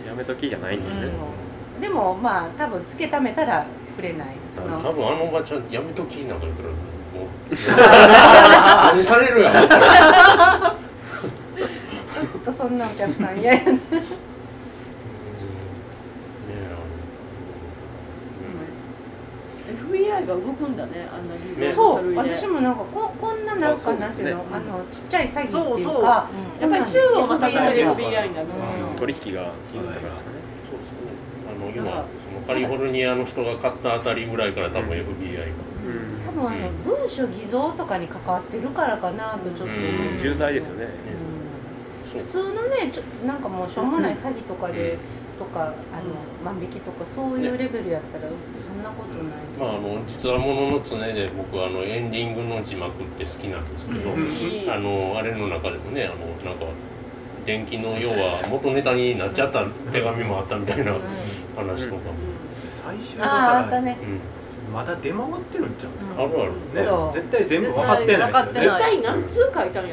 E: やめときじゃないんですね、
D: うんでもまあ多分つけためたらくれないそ
A: 多
D: の
A: 分あのおばちゃんやめときなんか言うからもう何されるやん
D: ちょっとそんなお客さん嫌やな、
B: FBI が動くんだねあんなに
A: ね
D: そう
B: 書類で
D: 私もなんかここんななんか
E: あそうですね
D: なんていうの
E: うん
D: あのちっちゃい詐欺
F: そ
D: っ
F: う
D: てい
F: そうう
D: か
F: う
B: やっぱり州をまたいで FBI になる
D: うん
E: 取引がひどいからですかね
A: そうですねあの今そのカリフォルニアの人が買ったあたりぐらいから多分 FBI が
D: 多分あの文書偽造とかに関わってるからかなとちょっと思
A: う
D: う、
A: ん
E: うん重罪ですよね
A: そう
D: 普通のねちょなんかもうしょうもない詐欺とかで、とかあの万引きとかそういうレベルやったらそんなことないと
A: ま
D: 思
A: ああの実はものの常で僕あのエンディングの字幕って好きなんですけど
B: うん
A: あのあれの中でもねあのなんか電気の要は元ネタになっちゃった手紙もあったみたいな話とかも、
C: 最初
D: う
C: だ
D: あああ
C: か
D: った
C: ら
D: ね
A: うん、
C: まだ出回ってるんちゃうんですか
A: あるある
C: ね
D: そう
C: 絶対全部分かってないですよ
F: 絶
C: ね
B: 一体何通書いたんやろあの人
A: で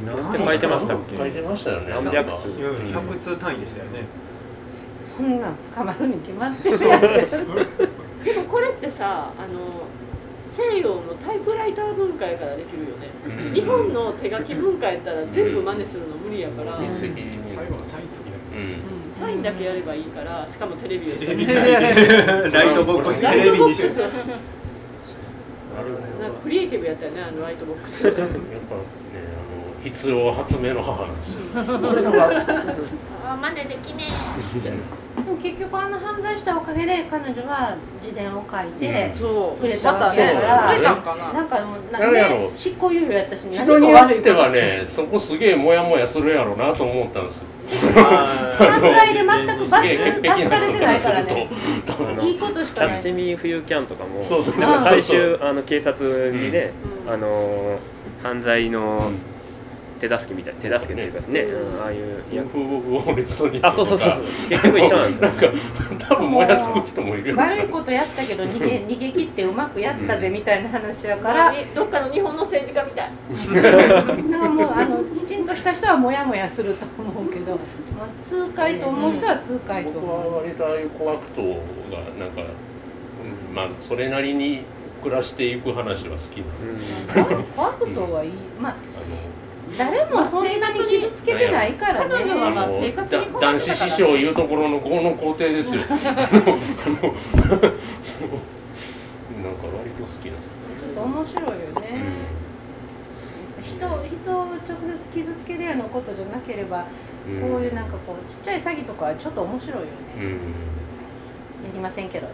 A: すね
E: なんて書いてましたっけ
A: 書いてましたよね
E: 何百通
A: なんか
C: うん100通単位でしたよね
D: そんなん捕まるに決まってるやん
B: でもこれってさあの西洋のタイプライター文化やからできるよね
A: うん
B: 日本の手書き文化やったら全部真似するの無理やから、うん
A: 一石二
G: 最後
A: 鳥
G: のサインの時だ
A: うん
B: サインだけやればいいからしかもテレビ
C: テレビ
B: で
C: 単位で ライトボックステレビにして
B: ライトボック
A: あれはね
B: スなんかクリエイティブやったよねあのライトボックス
A: やっぱねあの必要発明の母なんですよ
B: あまだできね
D: でも結局あの犯罪したおかげで彼女は自伝を書いて、
F: そう
D: それ
F: またね
A: そう
F: 書いたんかな
D: なんかもうな
A: 誰やろ
D: んで執行猶予やったし何
A: 人
D: も
A: によ
D: 悪い
A: っ
D: こ
A: て
D: と
A: はねそこすげえモヤモヤするやろうなと思ったんですよ
D: 犯罪で全く
A: す
D: 罰
A: げえ潔癖
D: 罰
A: な
D: され
A: 人か
D: てない
A: らす
D: か
A: る
D: ら
A: と
D: ね
A: 多分
D: いいことし
E: キ
D: かな
E: ャッ
D: い
E: チミー冬キャンとかも
A: そうそう
E: なんか最
A: そう
E: 終あの警察にね、
B: うん
E: あの犯罪の
A: うん
E: 手助けみたい手助けっていうかですね、
B: うん
E: ああいう
A: ヤ
E: 役
A: フーボをレストに
E: あそうそうそうそう結局一緒なんで すよ
A: なんか多分もやつく人もいるよ
D: 悪いことやったけど逃げ逃げ切ってうまくやったぜみたいな話や
B: え
D: から、
B: どっかの日本の政治家みたい
D: なんかもうあのきちんとした人はモヤモヤすると思うけど、まあ、痛快と思う人は痛快と
A: 僕
D: 思う、
A: は割とああいう小悪党がなんか、うん、まあそれなりに暮らしていく話は好きなんで
D: 怖くとはいい、まあ誰もそんなに傷つけてないから
B: 彼女
A: あ
B: は
D: ね
B: まあ生
A: の
B: 活に困ってたからね
A: だ男子師匠いうところのこの皇帝ですよあの あのなんか割と好きなんですね、
D: ちょっと面白いよ
A: う
D: ね、
A: ん
D: 人人を直接傷つけるようなことじゃなければ、こういうなんかこうちっちゃい詐欺とかはちょっと面白いよね、
A: う
D: やりませんけど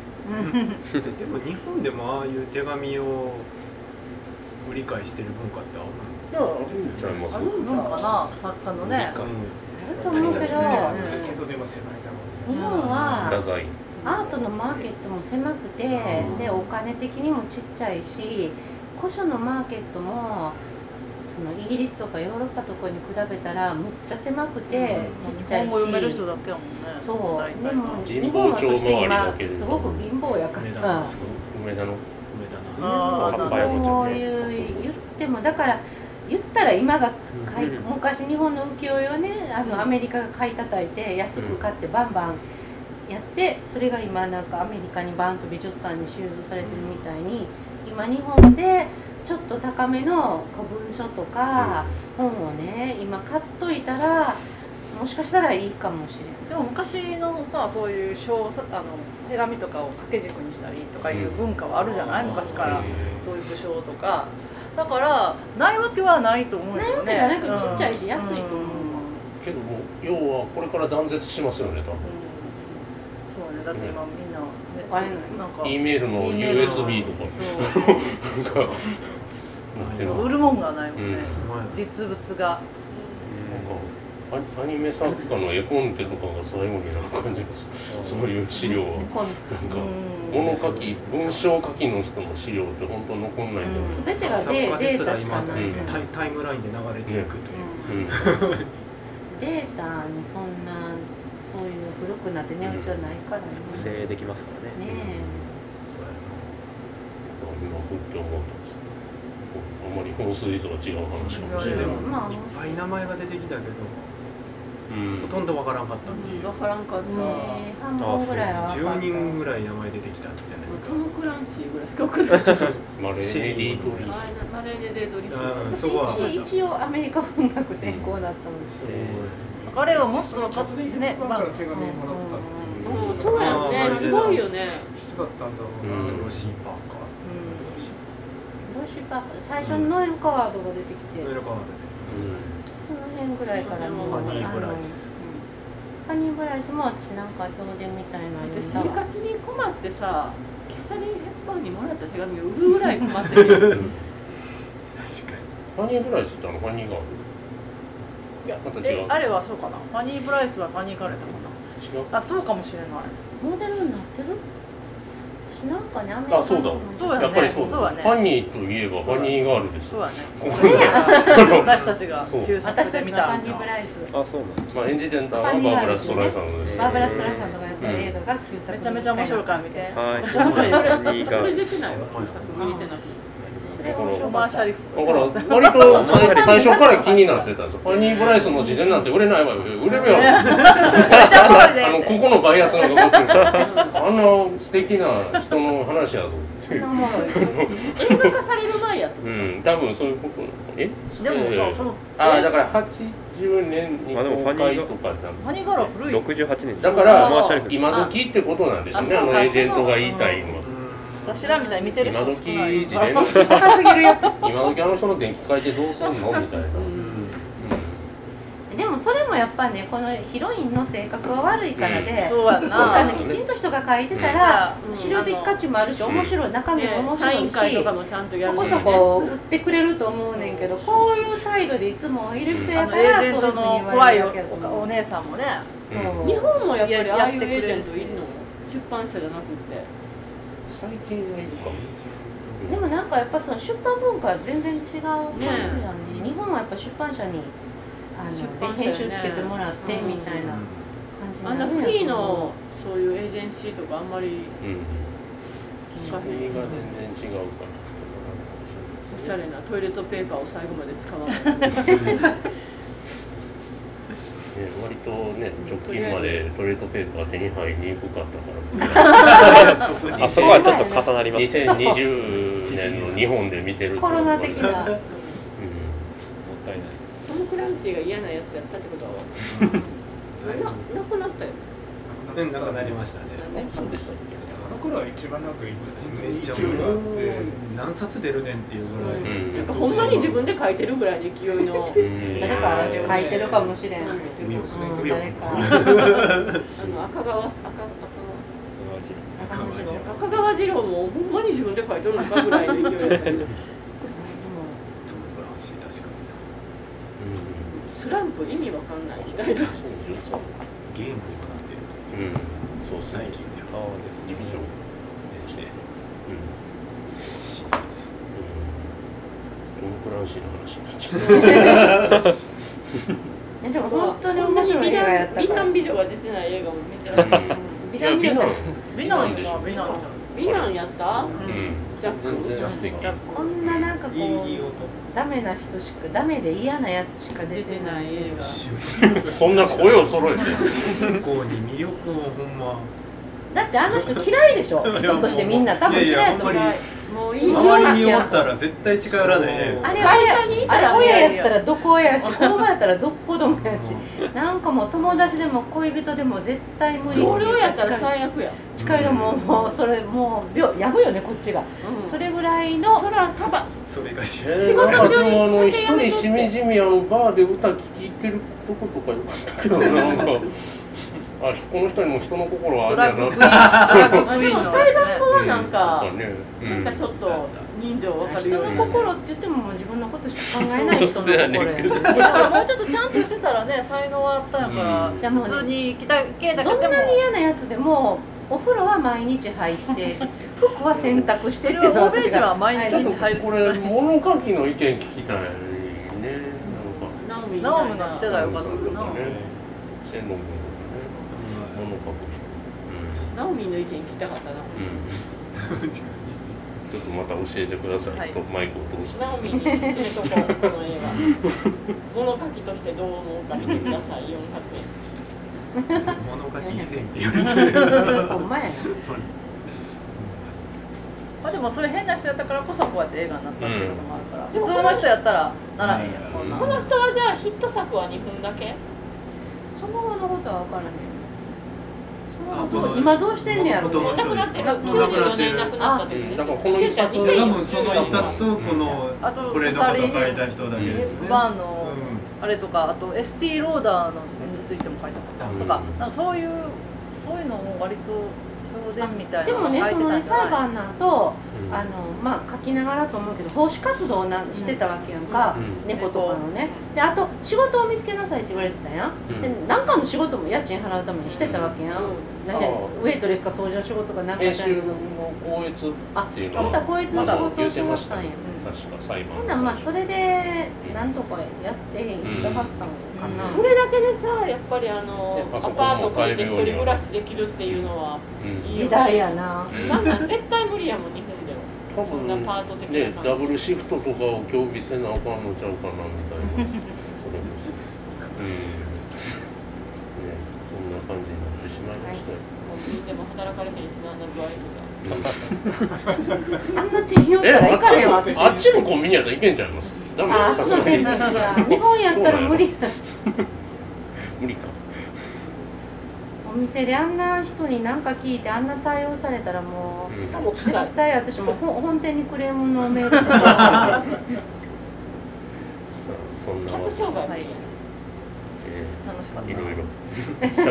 C: でも日本でもああいう手紙を売り買いしてる文化ってある
F: でも
A: んちゃいます
F: あるのかな作家のね
C: の
D: あると思うけど
G: あるけどでも狭いだろう
D: 日
G: ね
D: 本
A: 太
D: は
A: 宰
D: アートのマーケットも狭くてでお金的にもちっちゃいし古書のマーケットもそのイギリスとかヨーロッパとかに比べたらむっちゃ狭くてちっちゃい
F: 日本語読める
D: し
F: 人だけやもんね
D: そうでも
A: 人口
D: 日本はそし
A: 調
D: て
A: 回りだ
D: 今
A: けれど
D: すごく貧乏やか
C: 値段
D: ら
C: がすごい
A: 梅田の
C: 梅だな
F: あ
E: ー
D: こういう言ってもだから言ったら今が買い昔日本の浮世絵をねあのアメリカが買い叩いて安く買ってバンバンやってそれが今なんかアメリカにバーンと美術館に収蔵されてるみたいに今日本でちょっと高めの古文書とか本をね今買っといたらもしかしたらいいかもしれない。
F: でも昔のさそういう小さあの手紙とかを掛け軸にしたりとかいう文化はあるじゃない、昔からそういう武将とかだからないわけはないと思うよね
D: ないわけじゃないけど
F: うん
D: ちっちゃいし安いと思うわ
A: けども要はこれから断絶しますよね多分
F: うんそうねだって今みんな、ね
D: お金ない
F: なんか
A: E メールの
F: E メールの
A: USB とか
F: そう
A: なんかなってる
F: 売るもんがないもんね、
A: う
F: 実物が
A: なんかアアニメ作家の絵コンテとかが最後になる感じがするそういう資料は
D: 今度
A: なん
F: う
A: か
F: ん
A: 物書き文章書きの人の資料って本当残んないんだよね
D: 全てが
C: 作
D: デ
C: 家で
D: デ
C: す
D: ータ
C: ら
D: し
C: 今
D: かない
A: うん
C: タイタイムラインで流れていくとい
A: う
C: う、
A: ん
D: データにそんなそういう古くなって値打ちはないからね。
E: 複
D: ね
E: 製できますからね
A: 今ふって思ったんですあんまり本筋とは違う話かもしれない
D: や
C: で
D: や
C: も、
D: まあ
C: いっぱい名前が出てきたけど
A: うん
C: ほとんどわからんかったっていう、
B: 分からんかった、
D: え、ね半分ぐらいは分か
C: 10
D: った。
C: 人ぐらい名前出てきたんじゃないですか
B: トム・クランシーぐらいしか分からん
A: マレーネリードリーフ
B: マレーネ・デードリフ
C: うん
D: 私
C: そこはそう
D: 一一応アメリカ文学専攻だったので、
F: 彼はもっと分かっ
G: そ
F: て
G: れ
F: ね
G: 日本から手紙もらったっていう
B: うんそうやねすごいよね
G: 人だったんだろう
A: うん
G: な
C: ドロシー・パーカ
D: ロシパーク最初にノエル・カワードが出てきて、
C: ー、ノエル・カワード
D: その辺ぐらいからもう
C: 出てきたハニ
D: あ
C: ー・ブラ
D: の
C: イス
D: ハニーブライスも私なんか評伝みたいな
B: で
D: の
B: 生
D: 読んだわ。
B: 活に困ってさキャサリン・ヘッパーにもらった手紙を売るぐらい困ってる
C: 確か
A: ハニーブライスってあのハニーがある
F: いや
A: また違
F: え
A: う
F: あれはそうかなファニー・ブライスはファニー・ガレットか
A: 違う
F: なあそうかもしれない
D: モデルになってる？私なんかねアメリカ
A: あそうだ
D: の
F: そうや
A: やっぱりそう
F: そうだね
A: ハニーといえばハニーガールです
F: そう
A: よ、
F: だねそれが私たちが
A: そう
F: 旧作で
D: 私た
F: 見
D: ちの
F: た
D: ハニー・ブライス。
E: あそうなんです
A: まあ、演じてるのはバーブラ・ストライさんですけど
D: バーブラ・ストライさんとかやった映画が旧作
F: めちゃめちゃ面白いから見て
E: はい
F: ちゃ面白い
E: ハニー
B: そ
E: ガー
B: れ
E: ル
B: 出てないわ旧作見てなくて
D: それ
A: だから
F: オマーシャリフ
A: だから割と最最初から気になってたんですよ。パニーブライスの自伝なんて売れないわよ。売れるや ろ。あのここのバイアスが残ってる。あんな素敵な人の話やぞ。
B: 映画化される前やと
A: うん、多分そういうことなの。え？
F: でもさその
A: ああ
F: え
A: だから80年に
E: まあでも
A: 公
E: ファニ
A: 開
E: ーが
A: とかだもん
F: ハニガラ古い
E: 68年
A: だから
E: オマーシャリフ
A: 今時ってことなんでしょうね。
F: あ
A: あ
F: そうか
A: のエージェントが言いたいのは。
F: 私らみたいに見てる
A: 今
F: 人
A: 時
F: 少ない
A: 自伝の人。
D: 高すぎるやつ
A: 今時あの人の電気変えてどうすんのみたいな。
D: でもそれもやっぱねこのヒロインの性格が悪いからで、
F: そうや
D: 今回
F: な
D: のきちんと人が書いてたら、
F: ら
B: うん
D: 資料的価値もあるし面白い中身も
B: ね
D: 面
B: サイ
D: 白
B: ン会
D: いし、
B: とかもちゃんとや
D: そ
B: る
D: こそこ売ってくれると思うねんけどこういう態度でいつもいる人
F: あ
D: や
F: の
D: か
F: エ
D: ら
F: ージェン
D: そうい
F: ト
D: うふうに
F: の
D: 言わ
F: 怖
D: れ
F: い
D: る
F: お
D: わけやと思
F: お
D: う
F: 姉さんもね
D: そう
B: 日本もやっぱりああいうエー
F: やって
B: ジ
F: くれ
B: ェ
F: る
B: ン
F: し
B: トいるの出版社じゃなくて
A: 最近はいるかも。
D: でもなんかやっぱその出版文化は全然違う感じだね
B: ね
D: 日本はやっぱ出版社にあの
B: 出版社よね
D: 編集つけてもらってみたいな感じに
B: あ
D: な
B: な
D: んる
B: フ
D: んやと思う
B: リーのそういうエージェンシーとかあんまり
A: うん。
B: 聞
A: 作
B: かへん
A: 品が全然違うから。
B: おしゃれなトイレットペーパーを最後まで使わない
A: ね、割とね直近までトイレットペーパー手に入りにくかったから。
E: あそこはちょっと重なりますね
A: 2020年の日本で見てると
D: コロナ的
A: う
D: な
A: ん、もったいない
B: トム・クランシーが嫌なやつやったってことはななくなったよね
C: うんなんかなりましたね
B: ね
A: そうでしたっ
G: あの頃は一番なんか
C: めっちゃ
G: 勢いがあって
C: 何冊出るねんっていうぐらい、
A: うん
C: やっぱ
B: ほんまに自分で書いてるぐらいの勢いの
A: けうん
D: 誰か書いてるかもしれん、うん、誰か
B: あの赤川赤赤
D: 中村次郎
B: 川赤川次郎もほんまに自分で書いてるのかぐらいの勢いだったよね
C: トム・ブラウン氏確かに
A: うん
B: スランプ意味わかんないみたい
A: そう
B: な
C: ゲームにもなってる
A: うんそう
C: 最近で
E: あ
C: は
E: あです
A: ディビジョンうんうんトム・
C: ですねシリーズ
A: クランシーの話になっちゃった
D: えでも本当に面白い映画やった
B: 美
D: から
B: 男美女が出てない映画も見てない
A: うん
D: 美男美女
A: いや
F: 美男
A: でし
F: よ
A: ょ
F: な美男じゃん
B: 美男やった
A: う
F: うん
A: ん
B: ジャック
A: 全然素敵
D: こんななんかこ
C: いい音
D: うダメな人しかダメで嫌なやつしか出
B: 出
D: て
B: て
D: な
B: ないい映
A: そんな声を揃えて
C: 主人公に魅力をほんま
D: だってあの人嫌いでし ょ人としてみんな多分嫌いやと思う
C: いやいや
B: 画もういいよ
C: 周りにおったら絶対近寄らないね
D: あれ
B: 会社にいた
D: あれ
B: ら
D: 親やったらどこ親や し子供やったらどこ子供やしなんかもう友達でも恋人でも絶対無理
B: 同僚やったら最悪や、
D: 近いのももうそれもう病やぶよねこっちが、それぐらいの
B: そらたば
C: それが主人
A: 仕
B: 事中に
A: あの一
B: 酒やめとって
A: 人しみじみあのバーで歌聴いてるとことかよかったけどななんかあこの人にも人の心はあ
F: ド
A: る
F: ラ
A: や
F: ッグ
A: な
F: クイーンドラッグクイーンのやつね
B: こはなんか、
A: うんね
B: なんかちょっと人情わかる
D: 人
B: よう
D: の
B: に
D: 心って言ってももう自分のことしか考えない 人の心や
A: そう
F: だからもうちょっとちゃんとしてたらね才能はあったんやから、
A: うん
D: いやもうね
F: 普通に来たけだけ
D: どん
F: でも
D: なに嫌なやつでもお風呂は毎日 入って服は洗濯してっていうのは
F: それは欧米
D: 私
F: 人は
D: が
F: 毎
A: ちょっ
F: 日
A: と
F: 入る
A: これ物書きの意見聞きたいねな
B: ナオミ
F: ナオムが来てたらよ
A: んか
F: かった
A: とか
F: な
A: ね線路もね物書く人
B: ナオミの意見聞きたかったな
A: うんうんちょっとまた教えてください、
F: はい
A: とマイクを通して
B: ナオミに勧めとこうこの映画物書きとしてどう思うかしてください400円
C: 物書き以前って言われてる
D: ほんまやな
F: まあでもそれ変な人やったからこそこうやって映画になったっていうこともあるから、
B: ん
F: 普通の人やったらならへんやん、
C: うん
F: こんな
B: この人はじゃあヒット作は2分だけ
D: その後のことは分からへんその後どう今どうしてんねやろ
C: 元の
D: ね
B: 亡くなってた
C: もう亡くな
B: 94
C: っ
B: 年
C: てる
B: 亡くなった時
A: う
B: ね
A: んだからこの一冊
B: ケンちゃ
A: 多
B: ん
C: 多
A: 分
C: 分
A: そ
C: そ
A: の
C: の
A: 一
C: 一
A: 冊
C: 冊
A: と
C: と
A: こ
C: こ
A: の
C: の
F: あと
C: これのこと書いた人だけ
F: ヘ
C: で
F: ッ
C: すね
F: バーンのあれとかあと ST ローダーのについても書いたかな、
A: うん
F: とかなんかそういうそういうのも割と表現みたい
D: で
F: な
D: もね
F: 書い
D: そ
F: て
D: の
F: た
D: ね
F: んじゃない
D: 裁判の後
A: うん
D: あのまあ書きながらと思うけど奉仕活動をなしてたわけやんか、
A: うん
D: 猫とかのねであと仕事を見つけなさいって言われてたやん、
A: うん
D: で何かの仕事も家賃払うためにしてたわけやん、なんで
A: ああ
D: ウェイトレスか掃除の仕事か何か
A: 編
D: やけ
A: 集
D: ど
A: の校閲
D: あ
A: っていうのは
D: またこいつの仕事をしましたんや、
A: 確か裁判
D: ほんならまあそれでなんとかやっていきたかったのかな、
B: それだけでさやっぱりあの
A: やっぱ
B: ア
A: そこも
B: パート借りて一人暮らしできるっていうのは
A: うん
B: いい
D: 時代やな
A: うん
B: なんなん絶対無理やもん日本では
A: 多
B: そん
A: 分
B: なパート的な
A: ね
B: 感じ
A: ダブルシフトとかを今日見せなあかんのちゃうかなみたいなそれもうんねそんな感じになってしまいましたよ、
B: コンビニでも働かれへんしなあんな具合とか
D: あんな手に寄った
A: え
D: ら行
A: あっ
D: か
A: ち
D: れへん
A: の
D: わ
A: あ
D: 私
A: っちのコンビニやったらいけんちゃいますダメ
D: あ
A: さ
D: あ
A: すが
D: そうで
A: に
D: もいや日本やったら無理
A: 無理か
D: お店であんな人に何か聞いてあんな対応されたらもう
A: しか
B: も臭い
D: 絶対私もほ本店にクレームのメールすると思って
A: さあそんなわ
B: 客
A: けで
B: 商売みたい
A: え
D: 楽しかっ
A: ーい
D: た
A: ろいろ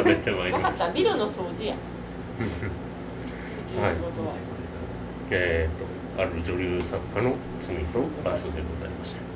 A: 喋ってまい
B: な
A: り
B: 分か
A: ま
B: っ
A: した
B: たビルの掃除やできる
A: はい
B: 仕事は
A: えー、とある女流作家の罪と場所でございました